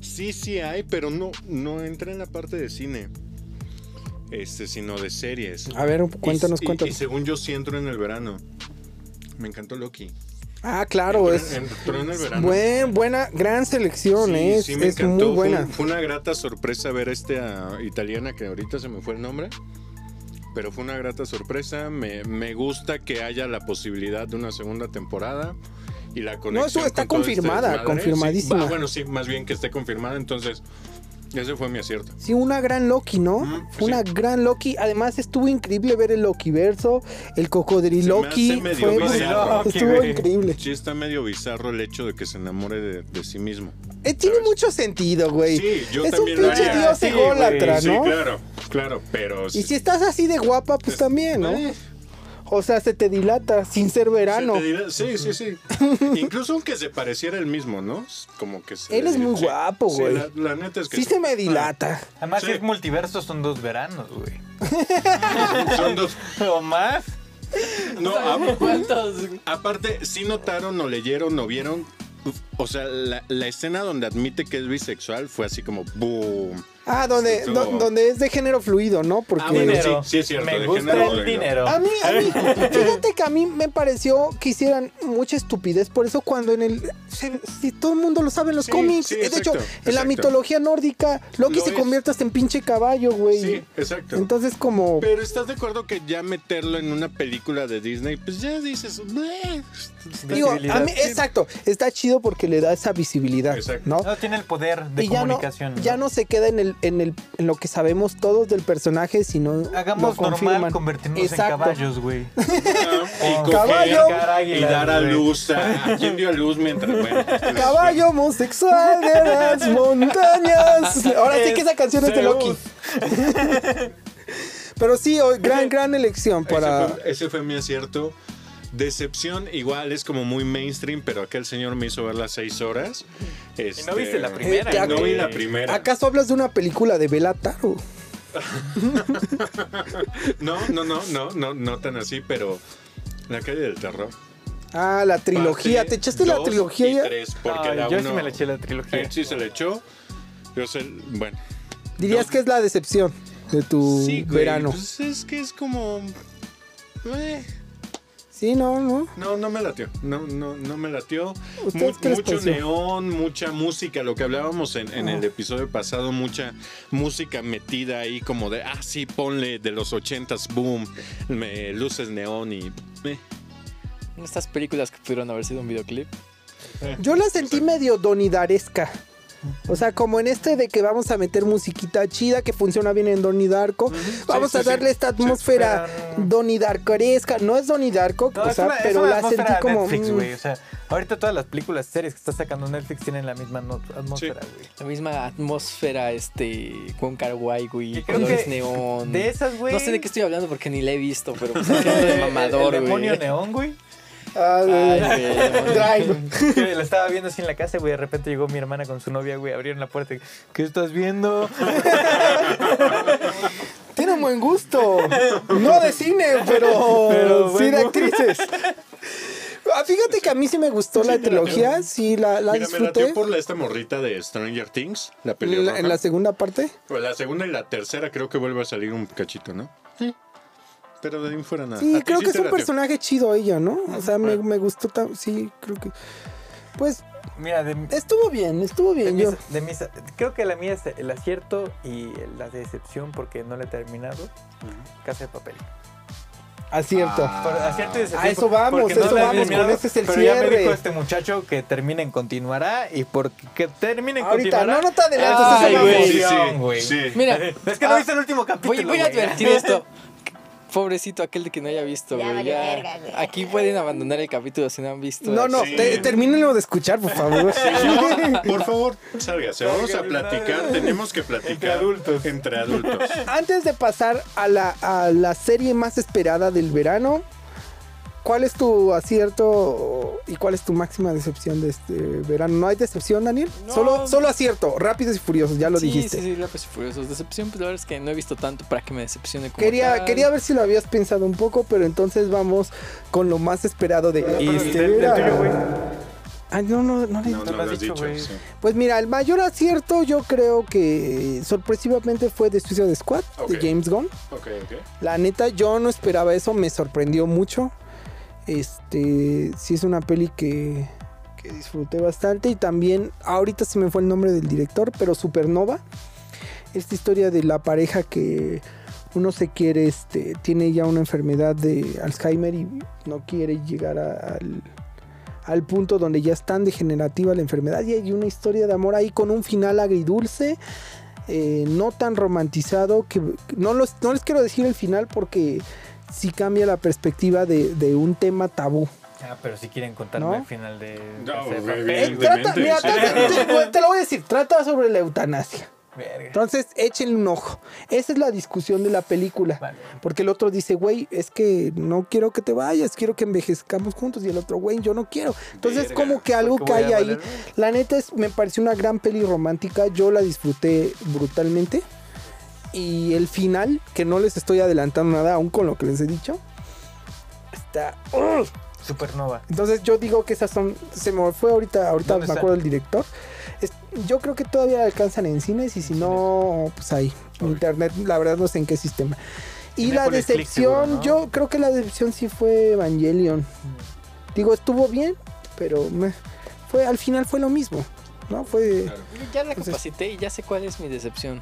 Sí, sí hay, pero no, no entra en la parte de cine. Este, sino de series.
A ver, cuéntanos,
Y- y- Y,
cuéntanos.
según yo sí entro en el verano. Me encantó Loki.
Ah, claro,
Entró-
es
entró en el verano.
buen, buena, gran selección,
Sí,
eh, es,
sí, me
es
encantó.
muy
Fue un-
buena.
Fue, una grata sorpresa ver a esta italiana que ahorita se me fue el nombre. Pero fue una grata sorpresa. Me, me gusta que haya la posibilidad de una segunda temporada. Y la conexión
eso está
con todo este
confirmada,
desmadre.
confirmadísima.
Sí, ah, bueno, sí, más bien que esté confirmada. Entonces, ese fue mi acierto.
Sí, una gran Loki, ¿no?
Mm,
Fue una
sí.
gran Loki. Además, estuvo increíble ver el Loki verso, el
Se
cocodriloqui.
me hace
Fue,
medio bizarro.
estuvo
Loki,
increíble.
Sí, está medio bizarro el hecho de que se enamore de, de sí mismo.
Eh, tiene
¿Sabes?
mucho sentido, güey.
Sí, yo
es un
también lo
pinche
haría.
dios
Sí,
ególatra,
Sí,
¿no?
claro, claro, pero.
Y si estás así de guapa, pues también, ¿no?
Eh,
O sea, se te dilata sin ser verano.
Se te dirá- Sí, sí, sí. Incluso aunque se pareciera el mismo, ¿no? Como que se
Él
le-
es muy
sí.
guapo,
Sí,
güey.
la, la neta es que
Sí se me dilata.
Además,
Sí.
si es multiverso, son dos veranos, güey.
Son dos.
O más.
No, a-
¿Cuántos?
aparte, sí notaron o leyeron o vieron. uf, O sea, la, la escena donde admite que es bisexual fue así como boom.
Ah, donde,
Sí, tú-
do- donde es de género fluido, ¿no? Porque
Ah, bueno,
dinero.
sí, sí es cierto,
Me
de
gusta
género,
el
güey, ¿no?
dinero.
A mí, a mí, fíjate que a mí me pareció que hicieran mucha estupidez. Por eso cuando en el... se- si todo el mundo lo sabe en los
Sí,
cómics. eh,
sí,
de hecho,
exacto,
en la
exacto.
mitología nórdica, Loki
Lo
se
es.
convierte hasta en pinche caballo, güey.
Sí, exacto.
Entonces como...
Pero estás de acuerdo que ya meterlo en una película de Disney, pues ya dices. "Bleh".
Digo, a mí,
visibilidad.
exacto, está chido porque le da esa visibilidad,
Exacto.
¿no?
No tiene el poder Ah, de
y ya no,
comunicación.
ya no se queda en, el, en, el, en lo que sabemos todos del personaje, sino
Hagamos
lo
normal
confirman.
convertirnos
Exacto.
en caballos, güey.
y coger
Caballo.
y dar a luz a, ¿a quién dio a luz mientras bueno,
Caballo homosexual de las montañas. Ahora sí que esa canción es de Loki. Pero sí, hoy, gran, gran elección
Ese,
para...
fue, ese fue mi acierto. Decepción, igual es como muy mainstream, pero aquel señor me hizo ver las seis horas. Este,
viste la primera,
Eh,
No
güey.
vi la primera.
¿Acaso hablas de una película de Bela Taro?
No, no, no, no, no, no tan así, pero la calle del terror.
Ah, la trilogía.
Parte
¿Te echaste la
dos
trilogía
y
ya?
tres, porque
Porque
la
yo
uno-
sí me la eché la trilogía.
Él sí se le echó. Yo sé, bueno.
Dirías
dos.
que es la decepción de tu
sí, güey,
verano.
Pues es que es como. eh,
Sí, no, no.
No, no me latió. No, no, no me latió.
¿Ustedes
Mu-
qué les
mucho
pareció? Ah.
neón, mucha música, lo que hablábamos en, en el episodio pasado, mucha música metida ahí como de, ah, sí, ponle de los ochentas, boom, me, luces neón y... eh.
Estas películas que pudieron haber sido un videoclip.
Yo la sentí medio donidaresca. O sea, como en este de que vamos a meter musiquita chida que funciona bien en Donidarko. Vamos
sí,
a
sí.
darle esta atmósfera
pero no.
donidarkoresca. No es Donidarko,
No,
o
es
sea,
una- es
pero
una
la
atmósfera
sentí como.
Netflix,
mm,
güey. O sea, ahorita todas las películas, series que está sacando Netflix tienen la misma no- atmósfera, güey.
La misma atmósfera, este, con Carguay, güey,
Que creo
colores
que
neón.
De esas, güey.
No sé de qué estoy hablando porque ni la he visto, pero pues,
El-
hablando de
el-
mamador,
El
güey.
demonio neón, güey.
ah,
Ay,
güey.
güey, demonio.
Drive.
Que la estaba viendo así en la casa, güey. De repente llegó mi hermana con su novia, güey. Abrieron la puerta. y, ¿Qué estás viendo?
Tiene un buen gusto. No de cine, pero,
Pero
sí de
bueno.
actrices. Ah, Fíjate que a mí sí me gustó la trilogía, sí la, la
Mira, me latió
disfruté.
por la, esta morrita de Stranger Things, la película.
La- En la segunda parte.
la segunda y la tercera creo que vuelve a salir un cachito, ¿no? Pero de ahí en fuera nada. ¿A
Sí,
ti
creo
sí
que es
Ah, te Ah.
un
latió?
personaje chido ella, ¿no? O sea, me, me gustó, tan- sí, creo que... Pues
Mira, de,
estuvo bien, estuvo
de
bien. Yo,
mis, de mis- creo que la mía es el acierto y la decepción porque no la he terminado. Casa de papel.
Ah,
Acierto.
Ah.
Por acierto y
A eso vamos,
porque
eso
la
vamos,
terminaron,
con este es el
pero ya me
cierre.
dijo este muchacho que terminen continuará y porque que terminen
Ahorita,
continuará.
no, no te adelantes,
Ay,
eso
güey.
vamos.
Sí,
emoción,
sí,
güey.
sí.
Mira,
Es que no
ah,
viste el último capítulo.
voy, voy a
güey.
advertir esto. Pobrecito aquel de que no haya visto,
Ya
güey.
valió
ya.
verga, güey.
Aquí pueden abandonar el capítulo si no han visto.
No, no,
Sí.
te- termínenlo de escuchar, por favor.
Por favor, sálgase. Vamos a platicar. Tenemos que platicar. Entre adultos. Entre adultos.
Antes de pasar a la, a la serie más esperada del verano, ¿cuál es tu acierto y cuál es tu máxima decepción de este verano? ¿No hay decepción, Daniel?
No.
Solo, solo acierto, rápidos y furiosos, ya lo
sí,
dijiste.
Sí, sí, Rápidos y Furiosos. Decepción, pues la verdad es que no he visto tanto para que me decepcione como
Quería,
tal.
quería ver si lo habías pensado un poco, pero entonces vamos con lo más esperado de este
del- del
verano.
tuyo, güey.
Ah, no, no, no le
No, no lo has dicho.
güey.
sí.
Pues mira, el mayor acierto yo creo que eh, sorpresivamente fue The Suicide Squad
Ok.
de James Gunn.
Ok, ok.
La neta, yo no esperaba eso, me sorprendió mucho. Este, sí es una peli que, que disfruté bastante. Y también, ahorita se me fue el nombre del director, pero Supernova. Esta historia de la pareja que uno se quiere, este, tiene ya una enfermedad de Alzheimer y no quiere llegar a- al, al punto donde ya es tan degenerativa la enfermedad. Y hay una historia de amor ahí con un final agridulce eh, no tan romantizado que no, los, no les quiero decir el final porque sí cambia la perspectiva de, de un tema tabú.
Ah, pero si quieren contarme
¿No?
el final de.
No,
Casa de
güey,
Papel,
Eh,
bien,
güey.
trata,
Evidentemente,
mira,
sí.
trata- te, te lo voy a decir, trata sobre la eutanasia.
Verga.
Entonces, échenle un ojo. Esa es la discusión de la película.
Vale.
Porque el otro dice, güey, es que no quiero que te vayas, quiero que envejezcamos juntos. Y el otro, güey, yo no quiero. Entonces,
Verga,
como que algo
Porque
que
voy
hay
a
ahí.
valer-
La neta es, me pareció una gran peli romántica, yo la disfruté brutalmente. Y el final, que no les estoy adelantando nada aún con lo que les he dicho, está... ¡Ugh!
Supernova.
Entonces yo digo que esas son... Se me fue ahorita, ahorita me
¿Dónde está?
acuerdo del director. Es- yo creo que todavía la alcanzan en cines y si
En
no, pues ahí, en
Ok.
internet, la verdad no sé en qué sistema. Y la
Cinépolis Click seguro,
decepción,
¿no?
yo creo que la decepción sí fue Evangelion. Digo, estuvo bien, pero meh, fue, al final fue lo mismo, ¿no? Fue...
Claro.
Ya la
Entonces-
capacité y ya sé cuál es mi decepción.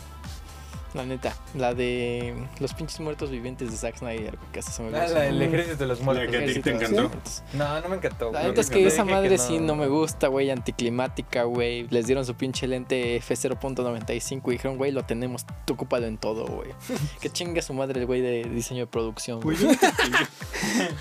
La neta, la de los pinches muertos vivientes de Zack Snyder, que hasta se me
Ah,
olvidó su
la del
nombre.
ejército de los muertos.
La que a ti te
Ejército,
encantó.
¿sí?
No, no me encantó.
La
güey.
neta es que
Dije
esa madre sí no me
gusta.
gusta, güey, anticlimática, güey. Les dieron su pinche lente F0.95 y dijeron, güey, lo tenemos, tú ocúpalo en todo, güey. que chinga su madre el güey de diseño de producción. güey.
Pues
Güey, yo,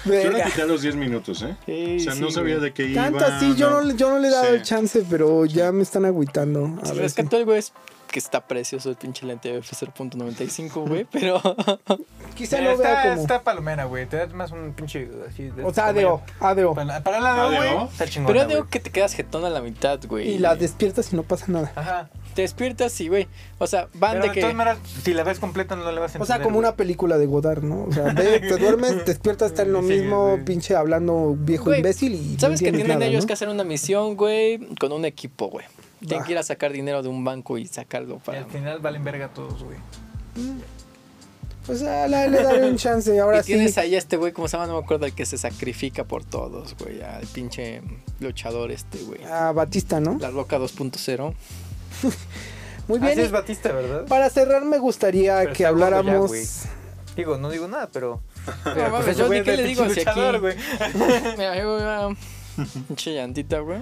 yo la quité a los 10 minutos, ¿eh?
Sí,
O sea,
sí,
no sabía
güey.
de qué iba.
Tanto así, yo no, yo no le he dado
Sí.
el chance, pero ya me están agüitando. A
Se
ver si-
rescató el güey, es que está precioso el pinche lente F0.95, güey, pero...
Quizá
Mira,
lo vea
está,
como.
está palomera, güey. Te das más un pinche. Así, de-
o sea, ADO, ADO.
Para, para la ADO,
ADO.
güey. Está chingona.
pero yo digo
güey.
que te quedas jetón a la mitad, güey.
Y la despiertas y no pasa nada.
Ajá.
Te despiertas y, güey, o sea, van
Pero
de
de
que...
todas maneras, si la ves completa, no la vas a
O
entender.
sea, como una película de Godard, ¿no? O sea, ve, te duermes, despiertas, está en lo
Sí,
mismo,
güey.
pinche hablando viejo
Güey,
imbécil. Y no
¿Sabes que
entiendes
tienen
nada,
ellos
¿no?
que hacer una misión, güey? Con un equipo, güey. Tienen
Va.
que ir a sacar dinero de un banco y sacarlo
güey. Y
para...
al final valen verga todos, güey.
O sea, Pues, la- le daré un chance. Ahora
y
sí.
tienes ahí a este güey, como se llama, no me acuerdo, el que se sacrifica por todos, güey. Al pinche luchador este, güey.
A Batista, ¿no?
La Roca 2.0.
Muy bien.
Así es
y
Batista, ¿verdad?
Para cerrar, me gustaría
Pero
que
está gordo ya,
habláramos.
güey. Digo, no digo nada, pero.
mames,
ese
yo ni
güey
qué
es
le
de
digo
pinche
hacia aquí.
luchador, güey.
Mira, yo voy a... Pinche llantita, güey.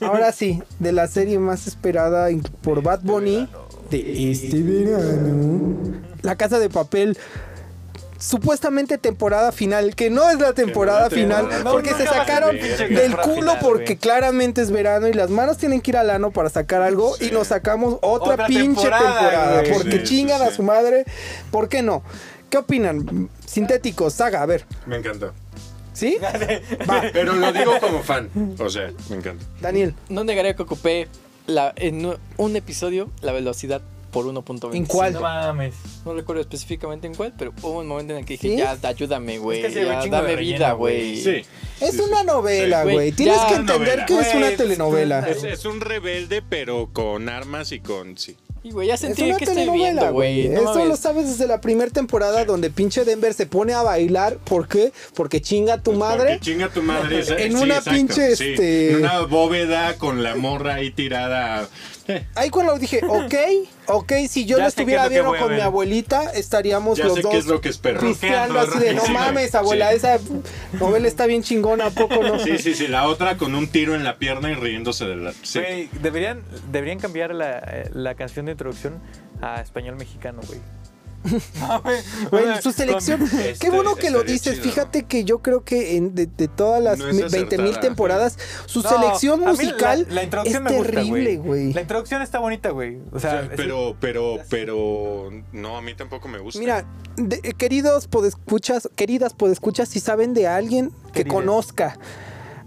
Ahora sí, de la serie más esperada in- por Bad Bunny de este verano. La Casa de Papel. Supuestamente temporada final, que no es la temporada
no es temporada
final,
final.
porque
No,
se
no, no,
sacaron
no, no, no,
del
no, no,
culo
no,
porque
güey.
claramente es verano y las manos tienen que ir al ano para sacar algo y
Sí.
nos sacamos otra,
Otra
pinche
temporada,
temporada,
güey.
porque
Sí, sí,
chingan a
sí.
su madre. ¿Por qué no? ¿Qué opinan? Sintéticos, saga, a ver,
Me encantó.
¿sí? Va,
Pero lo digo como fan. O sea, me encanta.
Daniel,
No negaría que ocupé la- en un episodio la velocidad por 1.20.
¿en cuál?
No mames.
No recuerdo específicamente en cuál, pero hubo un momento en el que dije,
¿Sí?
ya, ayúdame, güey.
sí, hay un
ya,
chingo de
dame
relleno,
vida,
güey.
güey.
Sí.
Es
Sí,
una
sí.
novela,
Sí.
güey.
Güey,
Tienes
ya
que
una
entender
novela.
que es una
Güey,
telenovela.
es-
Es, es un rebelde, pero con armas y con. Sí.
Y, güey, ya
Es
sentí
una
que estoy
telenovela,
viendo,
güey.
güey. No
Eso lo
mames.
sabes desde la primera temporada donde pinche Denver se pone a bailar. ¿Por qué? Porque chinga tu madre.
Porque chinga tu madre. esa-
En
sí,
una
exacto,
pinche,
sí.
este-
En una bóveda con la morra ahí tirada Eh,
Ahí cuando dije, ok, ok, si yo
Ya
lo
sé qué
estuviera
es lo que
viendo
voy a
con mi
ver.
abuelita, estaríamos
Ya
los
sé
dos
qué es lo que espero.
pisteando así de, no
Sí, güey.
mames, abuela,
Sí.
esa novela está bien chingona, ¿a poco no?
Sí, sí, sí, la otra con un tiro en la pierna y riéndose de la... Sí.
Güey, deberían, deberían cambiar la, eh, la canción de introducción a español mexicano, güey.
Bueno, su selección. Qué
Este,
bueno que lo
estaría
dices.
chido, ¿no?
Fíjate que yo creo que en- de, de todas las
No es
20 mil
acertada.
temporadas, su
No,
selección
a mí la-
musical
la introducción
es
me gusta,
terrible, güey.
La introducción está bonita, güey. O
O
sea,
sea,
es-
pero, pero, pero, no, a mí tampoco me gusta.
Mira, de- eh, queridos podescuchas, queridas podescuchas, si saben de alguien que
Querides.
conozca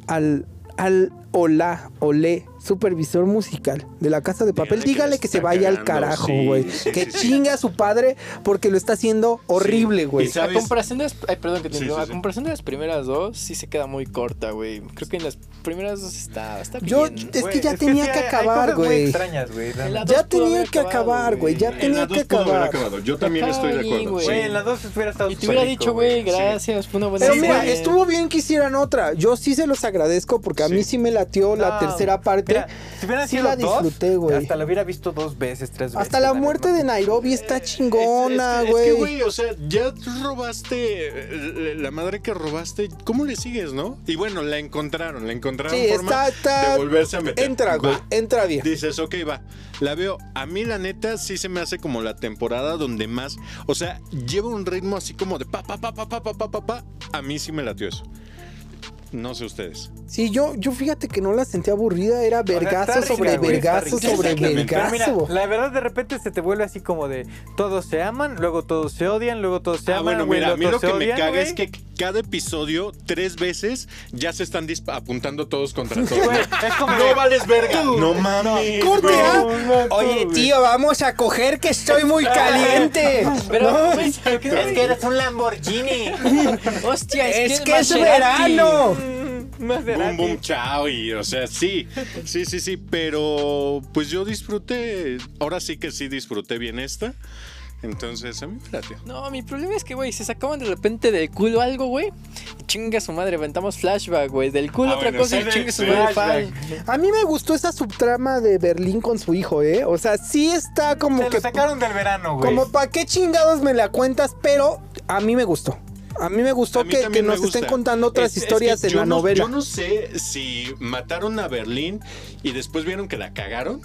al al hola, olé, supervisor musical de la Casa de Papel,
Díganle
dígale
que la
que, se
está
vaya al
cagando,
carajo,
sí,
güey.
sí,
que
sí, sí.
chingue a su padre porque lo está haciendo horrible, güey.
Y
A
¿Sabes?
comparación de las, ay, perdón que te
Sí,
interrumpa.
sí,
A
sí.
comparación de las primeras dos, sí se queda muy corta, güey. Creo que en las primeras dos está, está bien.
Yo- es
güey,
que ya tenía
sí
que
hay- hay
acabar,
cosas muy
güey.
extrañas, güey. la
En la
neta.
Ya
dos pudo
tenía
haber
que acabar, güey, ya
En
tenía-
la
que
dos pudo haber
acabar.
acabado. Yo también
Acaba
estoy de
ahí,
acuerdo.
güey.
sí.
Güey, en las dos hubiera estado
Y te hubiera
súper
dicho,
rico,
güey,
Pues Sí.
gracias, fue una buena
Pero
idea.
mira, estuvo bien que hicieran otra. Yo sí se los agradezco porque a
Sí.
mí sí me latió la
No,
tercera parte.
mira, si hubieran
sí
sido
la
dos,
disfruté, güey.
Hasta la hubiera visto dos veces, tres veces.
Hasta la
neta, Eh,
muerte de
no.
Nairobi está chingona,
Es que- Es que,
güey.
güey, o sea, ya robaste eh, la madre que robaste. ¿Cómo le sigues, no? Y bueno, la encontraron, la encontraron
Sí, está-
forma
está-
de volverse a meter.
Entra,
Va.
güey, entra bien.
Dices, ok, va, la veo. A mí, la neta, sí se me hace como la temporada donde más. O sea, lleva un ritmo así como de pa, pa, pa, pa, pa, pa, pa, pa, pa. A mí sí me latió eso. No sé ustedes.
Sí, yo, yo fíjate que no la sentí aburrida, era
O sea, está
vergazo
rica,
sobre
güey, está
vergazo
rica.
sobre
Exactamente.
Pero mira,
vergazo.
la verdad de repente se te vuelve así como de todos se aman, luego todos se odian, luego todos se
Ah,
aman.
bueno,
güey,
mira, a mí
luego
lo
todos
que
se
me
odian,
caga
güey.
es que cada episodio, tres veces, ya se están dispa- apuntando todos contra todos.
Güey, es como de-
No vales verga. No mames.
Corte,
güey.
¿ah? Oye, tío, vamos a coger que estoy muy caliente.
Pero, güey,
Es que eres un Lamborghini.
hostia, es,
Es
el
que es
Maserati.
verano.
Boom, boom, chao. Y, o sea, sí, sí, sí, sí. Pero, pues yo disfruté. Ahora sí que sí disfruté bien esta. Entonces, a mí me latió.
No, mi problema es que, güey, se sacaban de repente del culo algo, güey. Chinga su madre, aventamos flashback, güey. Del culo
Ah,
otra
bueno,
cosa
sí,
y chinga su
sí.
madre.
Flashback.
fan.
A mí me gustó esa subtrama de Berlín con su hijo, ¿eh? O sea, sí está como
Se
que...
lo sacaron del verano, güey.
Como para qué chingados me la cuentas, pero a mí me gustó. A mí me gustó
A mí
que, que
también me
nos estén
gusta.
contando otras
Es- es que
historias en
yo
la
no-
novela.
Yo no sé si mataron a Berlín y después vieron que la cagaron.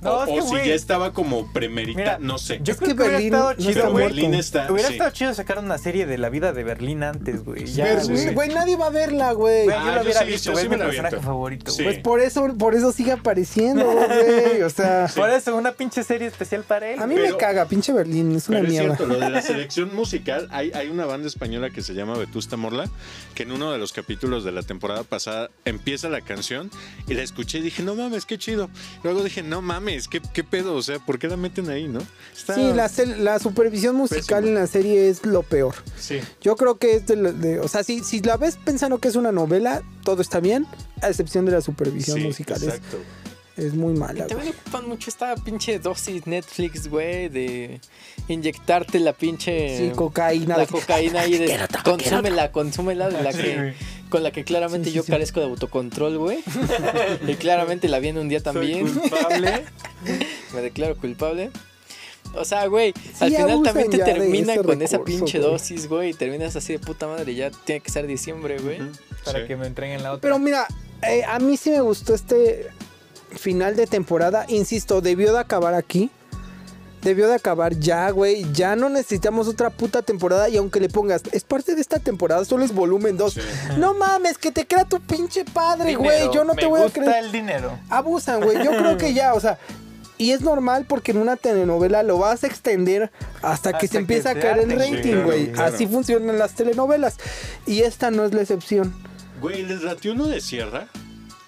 No,
o
es
o
que,
si
güey,
ya estaba como
Mira,
premeritada. No sé.
Yo
Es
creo
que
que, hubiera
Berlín
estado
no
chido,
está
pero
güey.
muerto.
Berlín está.
Hubiera
sí.
estado chido sacar una serie de la vida de Berlín antes, güey. Ya,
Pero,
sí,
güey.
sí.
güey, nadie va a verla, güey.
Güey, yo
Ah,
lo
yo
hubiera
sí,
visto,
yo
güey,
sí
es
me
mi
la
personaje
aviento.
favorito,
Sí.
güey.
Pues por eso, por eso sigue apareciendo, güey. O sea,
Por eso, una pinche serie especial para él.
a mí
güey.
me
Pero-
caga, pinche Berlín, es una
Pero es
mierda.
cierto, lo de la selección musical, hay, hay una banda española que se llama Vetusta Morla, que en uno de los capítulos de la temporada pasada empieza la canción y la escuché y dije, no mames, qué chido. Luego dije, no mames, qué, qué pedo, o sea, ¿por qué la meten ahí, no? Está-
Sí, la, cel- la supervisión musical
Pésimo.
en la serie es lo peor.
Sí.
Yo creo que es de, lo- de- o sea, si, si la ves pensando que es una novela, todo está bien, a excepción de la supervisión
sí,
musical. Es,
Exacto.
es muy mala. güey.
También ocupan mucho esta pinche dosis Netflix, güey, de inyectarte la pinche.
Sí, cocaína.
Eh, La
de-
cocaína ahí de consúmela, consúmela de la
Sí,
que
güey.
con la que claramente
Sí, sí,
yo
sí.
carezco de autocontrol, güey. y claramente la vi en un día también,
Soy culpable.
me declaro culpable. O sea, güey,
Sí,
al final
abusan
también te
ya de
termina
ese
con esa
recurso,
pinche
güey.
dosis, güey, y terminas así de puta madre, ya tiene que ser diciembre, güey.
para
Sí.
que me entreguen la otra.
Pero mira, eh, a mí sí me gustó este final de temporada. Insisto, debió de acabar aquí. Debió de acabar ya, güey. Ya no necesitamos otra puta temporada. Y aunque le pongas, es parte de esta temporada, solo es volumen 2.
Sí.
No mames, que te crea tu pinche padre, güey.
Dinero,
Yo no
me
te voy a
gusta
creer.
el dinero.
Abusan, güey. Yo creo que ya, o sea. Y es normal porque en una telenovela lo vas a extender hasta que
Hasta
se empieza
que
a
te
caer el
harten,
sí,
rating,
claro,
güey.
claro.
Así funcionan las telenovelas. Y esta no es la excepción.
Güey, ¿les latió uno de sierra?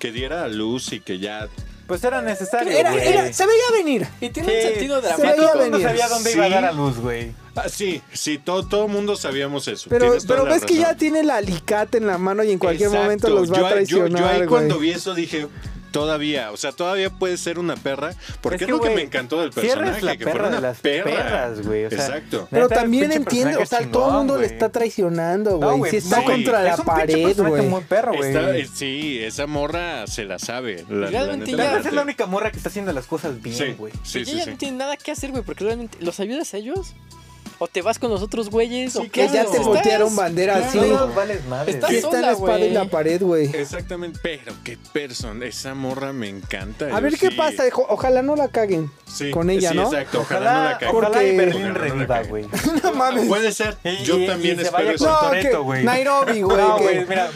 Que diera a luz y que ya...
Pues era necesario.
Era-
güey.
era- se veía venir.
Y tiene un
Sí,
sentido
se
dramático.
veía
No
venir.
sabía dónde iba a
Sí.
dar a luz, güey.
Ah, sí, sí, todo, todo mundo sabíamos eso.
Pero,
Tienes toda
pero
la
ves que ya
razón.
tiene el alicate en la mano y en cualquier
Exacto.
momento los va
Yo-
a
yo- Yo,
traicionar,
ahí
güey.
cuando vi eso dije, Todavía, o sea, todavía puede ser una perra. Porque es,
Es que,
lo que
güey,
me encantó del
Sierra
personaje,
es la
que
perra
fuera
de
una
las
perra.
perras, güey. o sea,
Exacto.
Pero
neta, el
también
pinche
entiendo, o sea,
personaje es
todo el mundo le
chingón,
está
güey.
traicionando, güey.
güey,
si está
sí.
contra
Es
la
un pinche
pared,
personaje
güey.
muy perro, güey.
Está- eh, sí, esa morra se la sabe. la- la
Realmente
neta,
ya-
la
Esa es
neta.
la única morra que está haciendo las cosas
Sí,
bien, güey.
sí,
Y
sí,
ella
sí.
no tiene nada que hacer, güey, porque realmente los ayudas a ellos. O te vas con los otros güeyes,
Sí,
o
Que
qué
ya
claro.
te
haces?
voltearon
Estás-
bandera así.
No, no, vales madre.
Está
Que
güey.
solo,
está en la espada
güey.
y la pared, güey.
Eh, Exactamente, pero qué persona, esa morra me encanta.
A
yo
ver qué
sí-
pasa, jo- ojalá no la caguen.
sí,
con ella,
sí,
¿no?
Exacto, ojalá, no la
Ojalá,
cague.
ojalá
Porque-
y
Ojalá
Berlín
no la
reviva,
cague.
güey.
No mames.
Puede ser.
Y-
Yo
y- y
también
se
espero
vaya
eso.
No,
Toretto,
que-
güey.
Nairobi, güey.
No,
que-
güey, mira.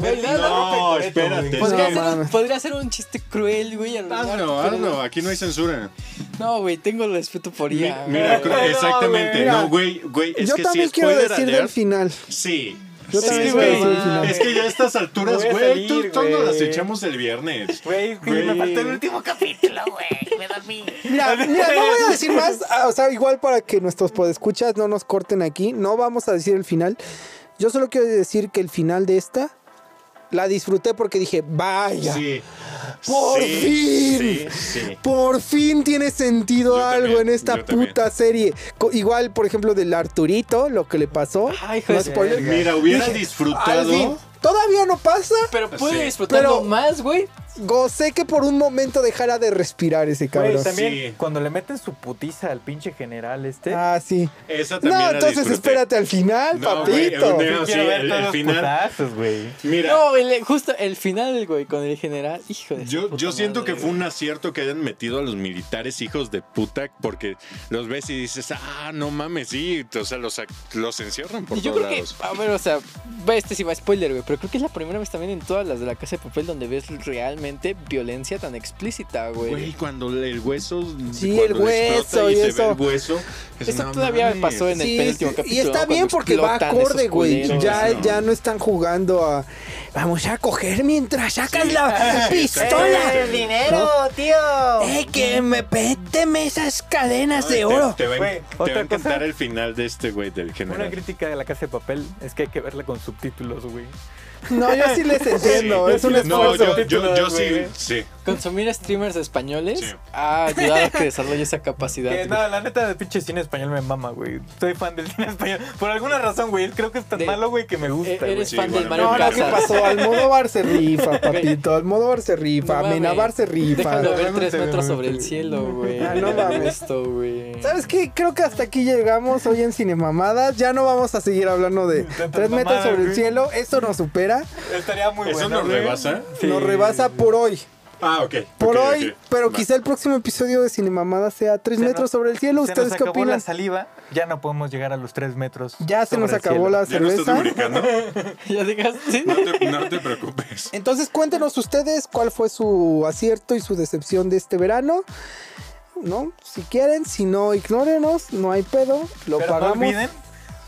Berlín,
No,
Berlín,
espérate.
güey. Pues
Podría
No,
ser, un,
mames.
podría ser un chiste cruel, güey. arruinar-
Hazlo, hazlo, aquí Ah, no hay censura.
No, güey, tengo respeto por
Mi-
ella.
Mira,
güey.
cru- exactamente,
Mira.
no, güey, güey, es
Yo
que
también
si
quiero
spoiler
decir del
alert,
final.
Sí.
Yo
sí,
también
quiero
güey.
decir del
final.
Es que ya a estas alturas,
Voy a
güey, tú,
salir,
tú no
güey.
las echamos el viernes.
Güey, es que
Güey.
me falta el último capítulo,
Mira, mira, no voy a decir más. ah, O sea, igual para que nuestros podescuchas no nos corten aquí. No vamos a decir el final. Yo solo quiero decir que el final de esta la disfruté porque dije, vaya.
Sí.
Por
Sí,
fin.
Sí, sí.
Por fin tiene sentido
Yo
algo
también,
en esta
yo también.
puta serie. Co- igual, por ejemplo, del Arturito, lo que le pasó.
Ah,
Ay, hijo de
spoiler.
verga.
Mira, hubiera
Dije, Al fin,
disfrutado.
todavía no pasa.
Pero puede
Sí.
disfrutarlo
Pero-
más, güey.
Gocé que por un momento dejara de respirar ese cabrón.
Güey, también
Sí.
cuando le meten su putiza al pinche general este.
Ah, sí.
Esa también
No,
la
entonces
disfruté.
espérate al final,
No, güey,
papito.
un-
Yo
sí,
quiero ver
el-
todos
el
los
final.
putazos, güey.
Mira,
No, el- justo el final, güey, con el general. Hijo de su
Yo,
puta
yo siento
madre,
que fue un acierto que hayan metido a los militares hijos de puta, porque los ves y dices, ah, no mames, sí, o sea, los, ac- los encierran por
Y yo
todos
creo que,
lados.
a ver, o sea, ve, este sí va a spoiler, güey, pero creo que es la primera vez también en todas las de la casa de papel donde ves realmente violencia tan explícita,
Güey,
güey.
cuando el hueso.
Sí,
cuando
el
explota
hueso y
se ve
eso.
el hueso. es,
Eso
"No
todavía
mames".
pasó en el
Sí,
penúltimo
sí,
capítulo.
y está
¿no?
bien
Cuando
porque va
explotan esos
acorde, güey.
culeros,
Ya,
¿no?
ya no están jugando a. Vamos a coger mientras sacas la pistola.
Eh,
dinero,
tío!
¡Eh, que me péteme esas cadenas
Ay,
de oro!
Te, te va, a en-
Güey,
te va
otra
a encantar
cosa.
el final de este güey del
Una
general.
crítica de la casa de papel es que hay que verla con subtítulos, güey.
No, yo sí les entiendo.
Sí,
es un
yo sí les-
esfuerzo.
No, yo, yo,
Títulos,
yo sí,
güey.
sí.
Consumir streamers españoles
Sí.
ha ayudado a que desarrolle esa capacidad.
Que
güey.
no, la neta del pinche cine español me mama, güey. Soy fan del cine español. Por alguna razón, güey. Creo que es tan
De-
malo, güey, que me gusta.
E-
güey.
Eres
Sí,
fan del
bueno,
Mario
No, no, ¿qué
Casas.
pasó? Almodóvar se rifa, papito. Almodóvar se
No
rifa.
mames.
Amenabar se rifa.
Déjalo ver
Realmente,
tres metros sobre el
realmente.
cielo, güey.
Ah, no mames.
Esto, güey.
¿Sabes qué? Creo que hasta aquí llegamos hoy en Cinemamadas. Ya no vamos a seguir hablando de
Tantas
tres metros
mamadas,
sobre el
güey.
cielo. Esto nos supera,
Estaría muy
¿Eso
bueno.
nos
güey.
rebasa?
Sí.
nos rebasa por hoy.
Ah, ok.
Por
ok,
hoy,
ok.
pero
Va.
quizá el próximo episodio de Cinemamadas sea tres
Se
metros
nos-
sobre el cielo.
Se nos
¿Ustedes qué
acabó la
opinan?
saliva. Ya no podemos llegar a los tres metros.
Ya se
sobre
nos
el
acabó
cielo.
la
¿Ya no estás
cerveza.
lubricando?
Ya dejaste.
No te, no te preocupes.
Entonces cuéntenos ustedes cuál fue su acierto y su decepción de este verano. ¿No? Si quieren, si no, ignórenos, no hay pedo, lo
Pero
pagamos.
no olviden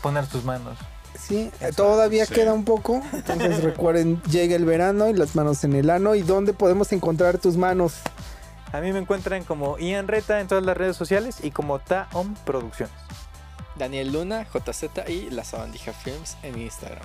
poner sus manos.
Sí, eh, todavía
sí.
queda un poco. Entonces recuerden, llega el verano y las manos en el ano. ¿Y dónde podemos encontrar tus manos?
A mí me encuentran como Ian Reta en todas las redes sociales y como Taom Producciones.
Daniel Luna, JZ y La Sabandija Films en Instagram.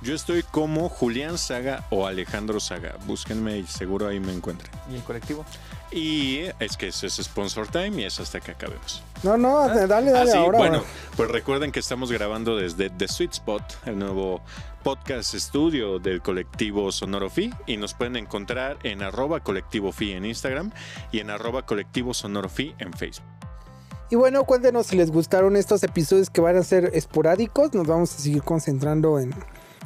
Yo estoy como Julián Saga o Alejandro Saga. Búsquenme y seguro ahí me encuentren.
Y el colectivo.
Y es que ese es Sponsor Time y es hasta que acabemos.
No, no, dale, dale
Así,
ahora.
Ah, bueno,
ahora.
pues recuerden que estamos grabando desde The Sweet Spot, el nuevo podcast estudio del colectivo Sonoro Fi. Y nos pueden encontrar en arroba colectivo Fi en Instagram y en arroba colectivo Sonoro Fi en Facebook.
Y bueno, cuéntenos si les gustaron estos episodios que van a ser esporádicos. Nos vamos a seguir concentrando en,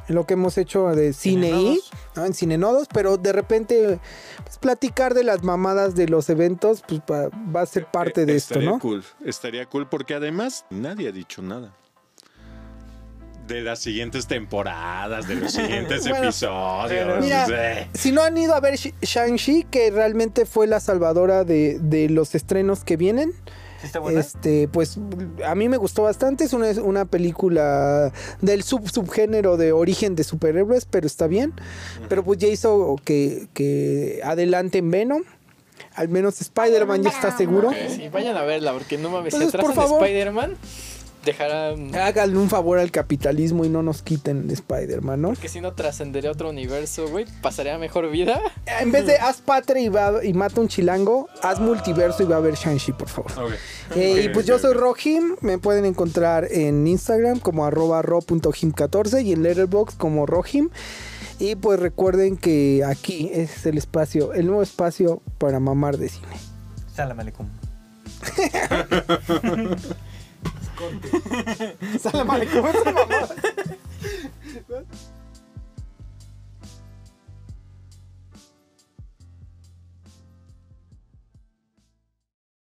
en lo que hemos hecho de cine y
Cinenodos.
¿no? en cinenodos, pero de repente pues, platicar de las mamadas de los eventos pues, pa- va a ser parte de
Eh,
esto,
estaría
¿no?
Cool. Estaría cool porque además nadie ha dicho nada. De las siguientes temporadas, de los siguientes
Bueno,
episodios.
mira,
eh.
Si no han ido a ver Sh- Shang-Chi, que realmente fue la salvadora de, de los estrenos que vienen,
¿Sí está buena?
este, pues a mí me gustó bastante. Es una, es una película del sub subgénero de origen de superhéroes, pero está bien. Pero pues ya hizo que, que adelante en Venom. Al menos Spider-Man ya está seguro.
Sí, vayan a verla porque no mames, se
Entonces, por
atrasan de
favor.
Spider-Man. dejarán.
Háganle un favor al capitalismo y no nos quiten Spider-Man, ¿no?
Que si no trascendería a otro universo, güey, pasaría a mejor vida.
En vez
Mm.
de haz patria y, va- y mata un chilango, haz multiverso y va a haber Shang-Chi, por favor.
Ok.
Eh, y
Ok,
pues
ok,
yo soy
ok.
Rojim, me pueden encontrar en Instagram como arroba ro.jim14 y en Letterboxd como Rojim. Y pues recuerden que aquí es el espacio, el nuevo espacio para mamar de cine.
Salam aleikum.
Salam alaikum, esa mamada.